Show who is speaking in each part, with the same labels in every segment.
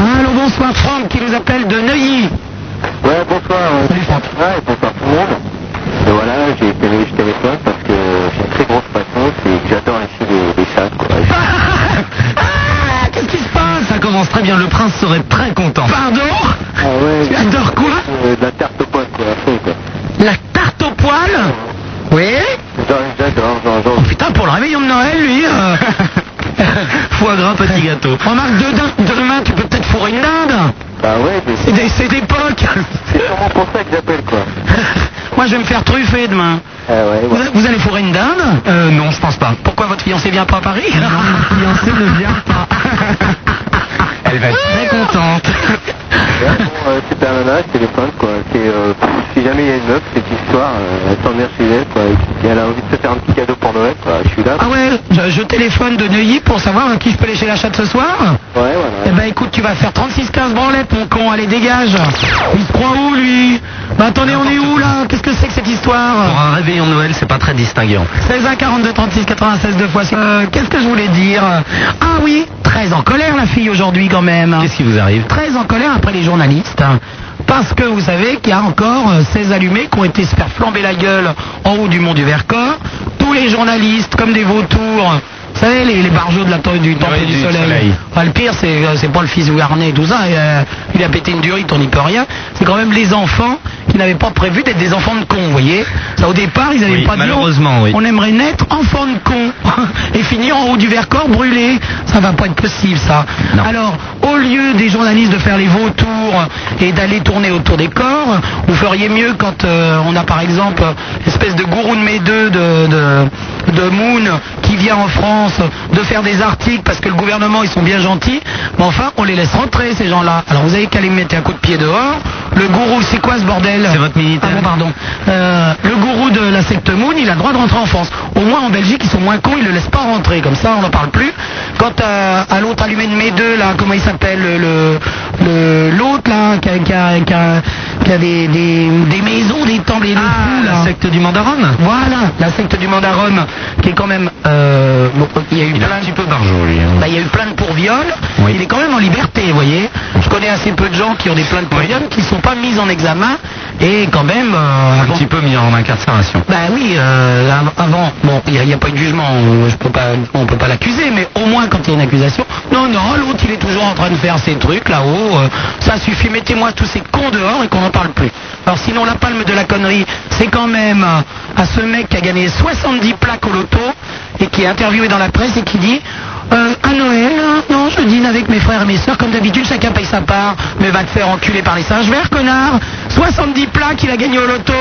Speaker 1: Allô, bonsoir Franck qui nous appelle de Neuilly.
Speaker 2: Ouais, bonsoir. euh,
Speaker 1: Salut, Franck.
Speaker 2: Ouais, bonsoir tout le monde. Et voilà, j'ai été je téléphone parce que j'ai une très grosse patience et que j'adore les filles des, des chats, quoi.
Speaker 1: Ah, ah, Qu'est-ce qui se passe
Speaker 3: Ça commence très bien, le prince serait très content.
Speaker 1: Pardon
Speaker 2: Ah ouais,
Speaker 1: Tu adores quoi
Speaker 2: euh, de la tarte au poil, quoi, à fond, quoi.
Speaker 1: La tarte au poil Oui
Speaker 2: J'adore, j'adore, j'adore,
Speaker 1: Oh putain, pour le réveillon de Noël, lui euh.
Speaker 3: Foie gras, petit gâteau.
Speaker 1: Remarque, de dinde- demain, tu peux peut-être fourrer une dinde
Speaker 2: Bah ouais, mais
Speaker 1: C'est des- C'est d'époque
Speaker 2: c'est sûrement pour ça que j'appelle, quoi.
Speaker 1: Moi, je vais me faire truffer demain.
Speaker 2: Ah ouais,
Speaker 1: Vous,
Speaker 2: ouais.
Speaker 1: vous allez fourrer une dinde
Speaker 3: Euh, non, je pense pas.
Speaker 1: Pourquoi votre fiancée vient pas à Paris
Speaker 3: Non, mon fiancé ne vient pas. Elle va être très contente.
Speaker 2: Ouais, bon, euh, super nana, je téléphone, quoi. C'est, euh, pff, si jamais il y a une meuf, c'est ce soir, euh, elle s'emmerde chez elle, quoi. Et elle a envie de se faire un petit cadeau pour Noël, quoi. Je suis là.
Speaker 1: Ah ouais, je, je téléphone de Neuilly pour savoir à qui je peux lécher la chatte ce soir.
Speaker 2: Ouais,
Speaker 1: Eh
Speaker 2: voilà.
Speaker 1: ben écoute, tu vas faire 36-15 branlettes, mon con, allez dégage. Il se croit où lui Bah attendez, on est où là Qu'est-ce que c'est que cette
Speaker 3: Pour
Speaker 1: histoire
Speaker 3: un réveillon de Noël, c'est pas très distinguant.
Speaker 1: 16 1 42 36 96 deux fois. Euh, Qu'est-ce que je voulais dire Ah oui, très en colère la fille aujourd'hui quand même.
Speaker 3: Qu'est-ce qui vous arrive
Speaker 1: Très en colère après les journalistes. hein. Parce que vous savez qu'il y a encore euh, 16 allumés qui ont été se faire flamber la gueule en haut du mont du Vercors. Tous les journalistes, comme des vautours, vous savez, les, les barjots de la to- du Temple
Speaker 3: Oui,
Speaker 1: du,
Speaker 3: du
Speaker 1: Soleil.
Speaker 3: Soleil.
Speaker 1: Enfin, le pire, c'est euh, c'est pas le fils ou Arnais et tout ça. euh, il a pété une durite, on n'y peut rien. C'est quand même les enfants qui n'avaient pas prévu d'être des enfants de cons, vous voyez. Ça, au départ, ils n'avaient
Speaker 3: Oui,
Speaker 1: pas dit,
Speaker 3: malheureusement,
Speaker 1: on-
Speaker 3: oui.
Speaker 1: on aimerait naître enfant de con et finir en haut du Vercors brûlé. Ça va pas être possible, ça.
Speaker 3: Non.
Speaker 1: Alors, au lieu des journalistes de faire les vautours et d'aller tourner autour des corps, vous feriez mieux quand euh, on a par exemple euh, espèce de gourou de mes deux de, de, de Moon qui vient en France de faire des articles parce que le gouvernement ils sont bien gentils, mais enfin on les laisse rentrer ces gens-là. Alors vous avez qu'à les mettre un coup de pied dehors. Le gourou c'est quoi ce bordel
Speaker 3: C'est votre militaire.
Speaker 1: Ah bon, pardon. Euh, le gourou de la secte Moon, il a le droit de rentrer en France. Au moins en Belgique, ils sont moins cons, ils le laissent pas rentrer, comme ça on n'en parle plus. Quant à, à l'autre allumé de mes deux, là, comment il s'appelle le- le- l'autre là, qui a, qui a- qui a- qui a des, des- des maisons, des temples et des fous, là.
Speaker 3: Ah, la secte du Mandarin
Speaker 1: Voilà, la secte du Mandarum, qui est quand même. euh, bon, il y a eu
Speaker 3: Il a
Speaker 1: plein
Speaker 3: un
Speaker 1: de-
Speaker 3: petit peu barjot, lui. hein.
Speaker 1: bah, il y a eu plainte pour viol.
Speaker 3: Oui.
Speaker 1: Il est quand même en liberté, vous voyez. Je connais assez peu de gens qui ont des plaintes pour
Speaker 3: Oui.
Speaker 1: viol, qui ne sont pas mises en examen. Et quand même, euh,
Speaker 3: Un
Speaker 1: avant-
Speaker 3: petit peu mis en incarcération.
Speaker 1: bah oui, euh, av- avant, bon, il n'y a, pas eu de jugement, euh, je peux pas, on peut pas l'accuser, mais au moins quand il y a une accusation, non, non, l'autre il est toujours en train de faire ses trucs là-haut, euh, ça suffit, mettez-moi tous ces cons dehors et qu'on n'en parle plus. Alors sinon, la palme de la connerie, c'est quand même euh, à ce mec qui a gagné 70 plaques au loto et qui est interviewé dans la presse et qui dit, euh, à Noël, euh, non, je dîne avec mes frères et mes sœurs, comme d'habitude, chacun paye sa part, mais va te faire enculer par les singes verts, connard, 70 plaques, il a gagné au loto,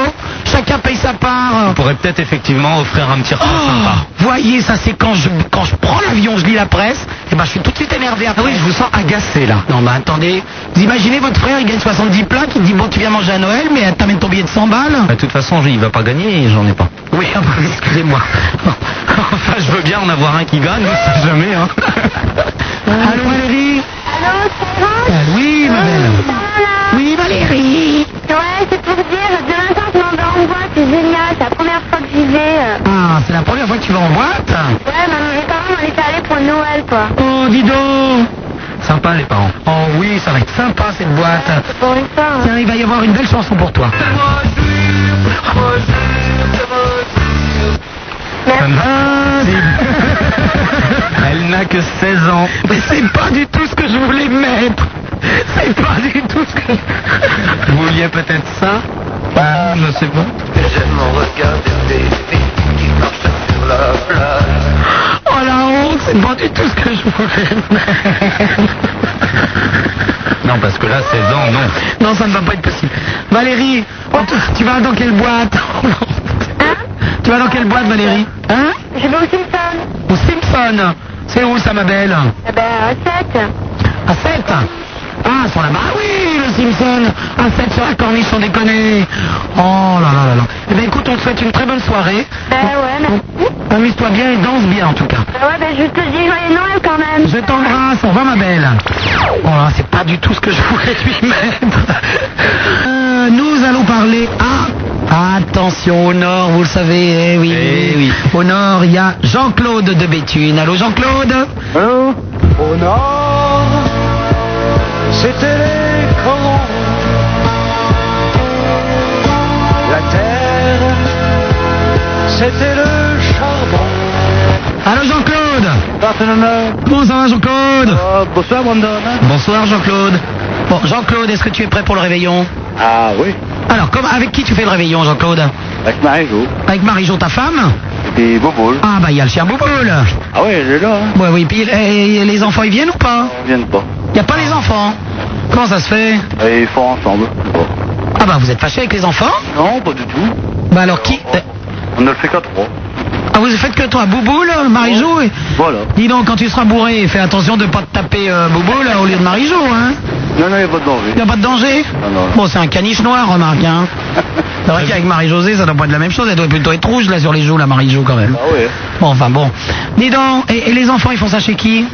Speaker 1: chacun paye sa part.
Speaker 3: On pourrait peut-être effectivement offrir un petit repas
Speaker 1: Oh,
Speaker 3: sympa.
Speaker 1: voyez, ça c'est quand je, quand je prends l'avion, je lis la presse, et ben je suis tout de suite énervé après.
Speaker 3: Ah oui, je vous sens agacé, là.
Speaker 1: Non mais attendez, vous imaginez votre frère, il gagne 70 plaques, il dit bon tu viens manger à Noël, mais t'amènes ton billet de 100 balles.
Speaker 3: Bah, De toute façon, il va pas gagner et j'en ai pas.
Speaker 1: Oui, ah bah, excusez-moi.
Speaker 3: Enfin, je veux bien en avoir un qui gagne, mais ça jamais, hein.
Speaker 1: Allô Valérie
Speaker 4: Allô, ça va
Speaker 1: Euh, Oui ma belle.
Speaker 4: Voilà.
Speaker 1: Oui Valérie
Speaker 4: Ouais, c'est pour dire, demain soir je m'en vais en boîte, c'est génial, c'est la première fois que j'y vais. euh.
Speaker 1: Ah, c'est la première fois que tu vas en boîte
Speaker 4: Ouais, maman, mes parents m'ont laissé aller pour Noël, quoi.
Speaker 1: Oh, dis donc
Speaker 3: Sympa, les parents.
Speaker 1: Oh oui, ça va être sympa cette boîte.
Speaker 4: C'est pour une fois. hein.
Speaker 1: Tiens, il va y avoir une belle chanson pour toi.
Speaker 4: Merci.
Speaker 1: Ah,
Speaker 3: Elle n'a que 16 ans.
Speaker 1: Mais c'est pas du tout ce que je voulais mettre. C'est pas du tout ce que je... Ah,
Speaker 3: Vous vouliez peut-être ça Bah, je sais pas.
Speaker 1: Oh la honte, c'est pas du tout ce que je voulais mettre.
Speaker 3: Non, parce que là, 16 ans, non.
Speaker 1: Non, ça ne va pas être possible. Valérie, on te- tu vas dans quelle boîte Tu vas dans quelle boîte, Valérie Hein
Speaker 4: Je vais au Simpson.
Speaker 1: Au Simpson. C'est où ça, ma belle
Speaker 4: Eh ben, recette.
Speaker 1: À 7 Ah, ils sont là-bas. Ah oui, le Simpson À 7 sur la corniche, sans déconner Oh là là là là Eh bien, écoute, on te souhaite une très bonne soirée.
Speaker 4: Ben ouais, merci.
Speaker 1: Amuse-toi bien et danse bien, en tout cas.
Speaker 4: Ben ouais, ben je te dis joyeux Noël quand même.
Speaker 1: Je t'embrasse, au revoir, ma belle Oh là, c'est pas du tout ce que je voulais lui mettre Euh, Nous allons parler à... Attention, au nord, vous le savez, eh oui,
Speaker 3: Eh oui.
Speaker 1: Au nord, il y a Jean-Claude de Béthune. Allô, Jean-Claude
Speaker 2: Allô Au nord,
Speaker 3: C'était l'écran. La terre, c'était le charbon.
Speaker 1: Allô Jean-Claude Comment ça va Jean-Claude
Speaker 2: Ah,
Speaker 3: bonsoir, Brandon.
Speaker 2: hein.
Speaker 1: Bonsoir Jean-Claude. Bon Jean-Claude, est-ce que tu es prêt pour le réveillon
Speaker 3: Ah oui,
Speaker 1: Alors comme, avec qui tu fais le réveillon Jean-Claude
Speaker 3: avec Marie-Jo.
Speaker 1: Avec Marie-Jo ta femme
Speaker 2: Des boboles.
Speaker 1: Ah bah il y a le chien Bouboule
Speaker 3: Ah oui, elle est là. hein.
Speaker 1: Ouais oui, puis eh, les enfants ils viennent ou pas
Speaker 2: Ils viennent pas.
Speaker 1: Il n'y a pas les enfants Comment ça se fait
Speaker 2: Et ils font ensemble.
Speaker 1: Ah bah vous êtes fâchés avec les enfants
Speaker 2: Non, pas du tout.
Speaker 1: Bah alors qui euh,
Speaker 2: On ne le fait qu'à trois.
Speaker 1: Ah vous faites que toi, Bouboule, Marie-Jo et-
Speaker 2: Voilà.
Speaker 1: Dis donc quand tu seras bourré, fais attention de pas te taper euh, Bouboule au lieu de Marie-Jo hein
Speaker 2: Non, non, il n'y a pas de danger.
Speaker 1: Il n'y a pas de danger
Speaker 2: Non, non.
Speaker 1: Bon, c'est un caniche noir, remarque. Hein. C'est vrai qu'avec Marie-Josée, ça doit pas être la même chose. Elle doit plutôt être rouge, là, sur les joues, la Marie-Jo, quand même.
Speaker 2: Ah oui.
Speaker 1: Bon, enfin, bon. Dis donc, et, et les enfants, ils font ça chez qui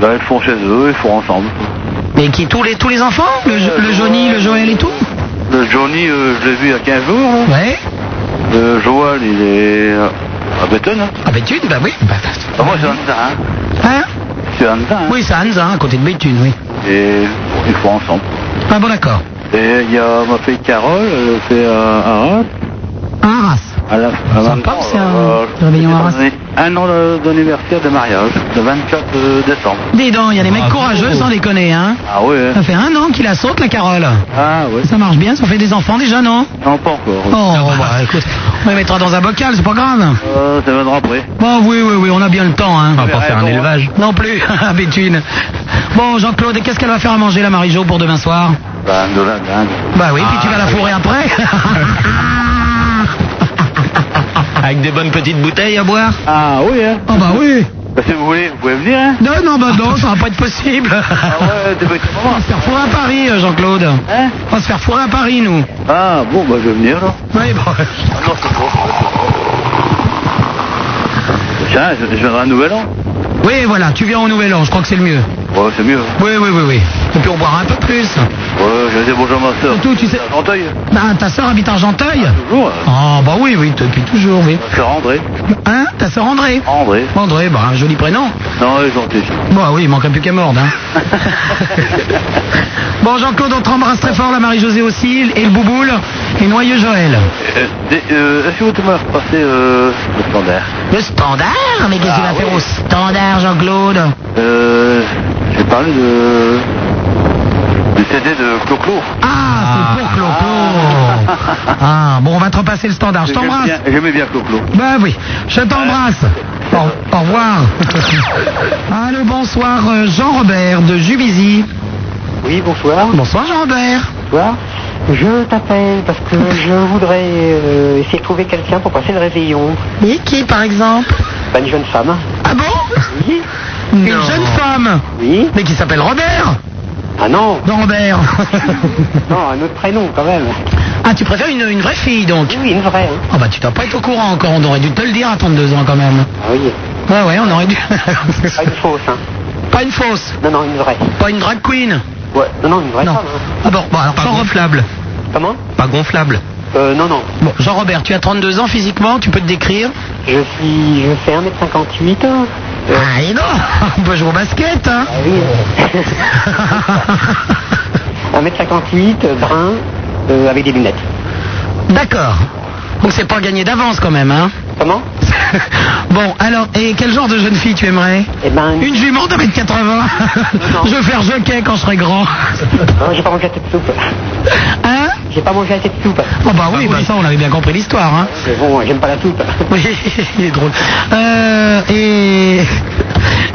Speaker 2: Là, ils font chez eux, ils font ensemble.
Speaker 1: Mais qui Tous les, tous les enfants le, Jo- le Johnny, le Joël et tout
Speaker 2: Le Johnny, euh, je l'ai vu il y a 15 jours. là.
Speaker 1: Ouais.
Speaker 2: Le Euh, Joël, il est euh, à Béton. Hein.
Speaker 1: Ah, Béthune, bah oui. Bah,
Speaker 2: Ah, moi, c'est Anza. Hein.
Speaker 1: hein
Speaker 2: C'est Anza. Hein.
Speaker 1: Oui, c'est Hans, hein, à côté de Béthune, oui.
Speaker 2: Et bon, ils font ensemble.
Speaker 1: Ah, bon, d'accord.
Speaker 2: Et il y a ma fille Carole, elle fait euh, Arras.
Speaker 1: Un Ah, race.
Speaker 2: À la, à
Speaker 1: Sympa,
Speaker 2: 20 ans,
Speaker 1: c'est un
Speaker 2: euh,
Speaker 1: réveillon
Speaker 2: c'était
Speaker 1: Arras.
Speaker 2: son anni- Un an de- d'anniversaire de mariage, le 24 de décembre.
Speaker 1: Dis donc, il y a des mecs
Speaker 3: Bravo.
Speaker 1: courageux, sans déconner, hein.
Speaker 2: Ah oui, hein.
Speaker 1: Ça fait un an qu'il la saute, la Carole.
Speaker 2: Ah oui.
Speaker 1: Ça marche bien, ça fait des enfants déjà, non
Speaker 2: Non, pas encore.
Speaker 1: Oh, bah, écoute, on les mettra dans un bocal, c'est pas grave.
Speaker 2: Euh, ça viendra après.
Speaker 1: Bon, oui, oui, oui, on a bien le temps, hein.
Speaker 2: va pas faire un élevage.
Speaker 1: Non plus, à Béthune. Bon, Jean-Claude, et qu'est-ce qu'elle va faire à manger, la Marie-Jo, pour demain soir
Speaker 2: Ben, de la dinde.
Speaker 1: Bah oui, puis tu vas la fourrer après.
Speaker 3: Avec des bonnes petites bouteilles à boire.
Speaker 2: Ah oui, hein.
Speaker 1: oh bah oui.
Speaker 2: Ben, si vous voulez, vous pouvez venir, hein.
Speaker 1: Non, non, bah non, ça va pas être possible.
Speaker 2: Ah ouais, t'es pas été
Speaker 1: On va se faire fourrer à Paris, euh, Jean-Claude.
Speaker 2: Hein
Speaker 1: On va se faire fourrer à Paris, nous.
Speaker 2: Ah bon, ben je vais venir, là.
Speaker 1: Oui, bon.
Speaker 2: Ah non, c'est bon. Tiens, je, je viendrai à Nouvel An.
Speaker 1: Oui, voilà, tu viens au Nouvel An, je crois que c'est le mieux.
Speaker 2: Ouais, c'est mieux.
Speaker 1: Oui, oui, oui, oui. Et puis on boira un peu plus.
Speaker 2: Ouais, je vais dire bonjour à ma soeur.
Speaker 1: Surtout, tu sais-
Speaker 2: Argenteuil.
Speaker 1: Bah, ta sœur habite Argenteuil
Speaker 2: Bonjour.
Speaker 5: Ah.
Speaker 1: Oh, bah oui, oui, depuis toujours, oui.
Speaker 2: Ma soeur André.
Speaker 1: Hein Ta sœur André
Speaker 2: André.
Speaker 1: André, bah, un joli prénom.
Speaker 2: Non, elle est gentille.
Speaker 1: Bah oui, il manquerait plus qu'à mordre. Hein. bon, Jean-Claude, on te rembrasse très fort, la Marie-Josée aussi, et le Bouboule, et Noyeux Joël.
Speaker 2: Euh, des- euh, Est-ce que vous pouvez me repasser euh, le standard
Speaker 1: Le standard Mais qu'est-ce qu'il
Speaker 2: Ah
Speaker 1: va faire
Speaker 2: oui.
Speaker 1: au standard, Jean-Claude
Speaker 2: Euh, j'ai parlé de... du CD de Clo-Clo.
Speaker 1: Ah, c'est pour Cloplo Ah, bon, on va te repasser le standard. Je
Speaker 2: J'aime
Speaker 1: t'embrasse.
Speaker 2: bien- J'aimais bien Clo-Clo.
Speaker 1: Bah oui, je t'embrasse. Au, au revoir. Allô, bonsoir, euh, Jean-Robert de Juvisy.
Speaker 5: Oui, bonsoir.
Speaker 1: Bonsoir, Jean-Robert.
Speaker 5: Bonsoir. Je t'appelle parce que je voudrais euh, essayer de trouver quelqu'un pour passer le réveillon.
Speaker 1: Et qui, par exemple
Speaker 5: Pas une jeune femme.
Speaker 1: Ah bon
Speaker 5: Oui.
Speaker 1: Une
Speaker 5: Non.
Speaker 1: jeune femme
Speaker 5: Oui.
Speaker 1: Mais qui s'appelle Robert
Speaker 5: Ah non.
Speaker 1: Non, Robert
Speaker 5: Non, un autre prénom quand même.
Speaker 1: Ah, tu préfères une, une vraie fille donc
Speaker 5: Oui, une vraie. hein.
Speaker 1: Ah bah tu dois pas être au courant encore, on aurait dû te le dire à 32 ans quand même.
Speaker 5: Ah oui.
Speaker 1: Ouais ouais, on aurait dû...
Speaker 5: Pas une fausse. Hein.
Speaker 1: pas une fausse,
Speaker 5: Non, non, une vraie.
Speaker 1: pas une drag queen.
Speaker 5: Ouais. Non, non, une vraie
Speaker 1: Non.
Speaker 5: femme. hein.
Speaker 1: Ah bon, bon alors Jean Gonflable.
Speaker 5: Comment
Speaker 1: Pas gonflable.
Speaker 5: euh, Non, non.
Speaker 1: Bon, Jean-Robert, tu as 32 ans physiquement, tu peux te décrire
Speaker 5: Je suis, je fais 1m58. hein.
Speaker 1: Ah et non On peut jouer au basket hein
Speaker 5: Ah oui. hein. 1m58, euh, brun, euh, avec des lunettes.
Speaker 1: D'accord. Donc c'est pas gagné d'avance quand même hein
Speaker 5: Comment
Speaker 1: Bon, alors, et quel genre de jeune fille tu aimerais
Speaker 5: Eh ben,
Speaker 1: Une jument de 1m80
Speaker 5: Non.
Speaker 1: Je vais faire jockey quand je serai grand.
Speaker 5: hein, j'ai pas mangé assez de soupe.
Speaker 1: Hein
Speaker 5: J'ai pas mangé assez de soupe.
Speaker 1: Oh bah oui, bah ça on avait bien compris l'histoire. Hein.
Speaker 5: Mais bon, j'aime pas la soupe.
Speaker 1: Oui, il est drôle. Euh, et...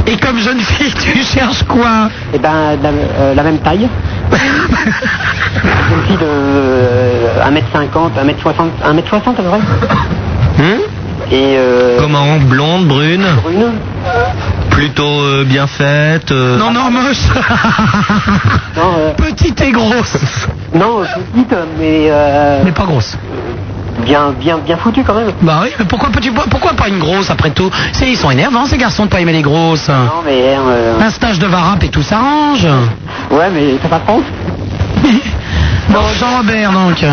Speaker 1: et comme jeune fille, tu cherches quoi
Speaker 5: Et ben, la, euh, la même taille. Une fille de euh, 1m50, 1m60, 1m60 à peu près. Et euh,
Speaker 3: Hum Comment Blonde, brune,
Speaker 5: brune.
Speaker 3: plutôt euh, bien faite. euh,
Speaker 1: Non, non, moche
Speaker 5: Non, euh,
Speaker 1: Petite et grosse
Speaker 5: non, euh, petite, mais euh,
Speaker 1: Mais pas grosse.
Speaker 5: bien, bien, bien foutue quand même.
Speaker 1: Bah oui, mais pourquoi, peux-tu- pourquoi pas une grosse après tout C'est Ils sont énervants ces garçons de pas aimer les grosses.
Speaker 5: Non, mais euh,
Speaker 1: Un stage de varap et tout s'arrange.
Speaker 5: ouais, mais ça pas France.
Speaker 1: Bon, Jean-Robert donc.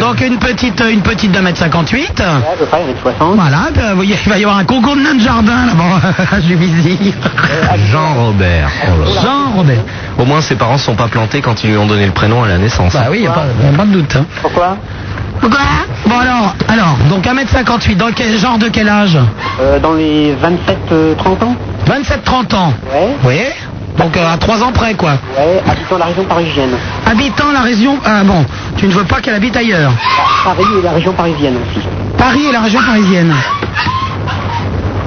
Speaker 1: Donc une petite, une petite d'un mètre 58.
Speaker 5: Ouais, à peu près 1m60.
Speaker 1: Voilà, ben, vous voyez, il va y avoir un concours de nains de jardin là-bas à Juvisy.
Speaker 3: Jean Robert.
Speaker 1: Jean Robert.
Speaker 6: oh Au moins, ses parents ne sont pas plantés quand ils lui ont donné le prénom à la naissance.
Speaker 1: Bah oui, il n'y a, pas- y a pas de doute. hein.
Speaker 5: Pourquoi
Speaker 1: Quoi Bon alors, alors, donc 1m58, dans quel genre de quel âge
Speaker 5: Euh, Dans les 27-30 ans
Speaker 1: 27-30 ans.
Speaker 5: Ouais.
Speaker 1: Vous voyez Donc euh, à 3 ans près quoi.
Speaker 5: Ouais, habitant la région parisienne.
Speaker 1: Habitant la région... Ah bon, tu ne veux pas qu'elle habite ailleurs.
Speaker 5: Paris et la région parisienne aussi.
Speaker 1: Paris et la région parisienne.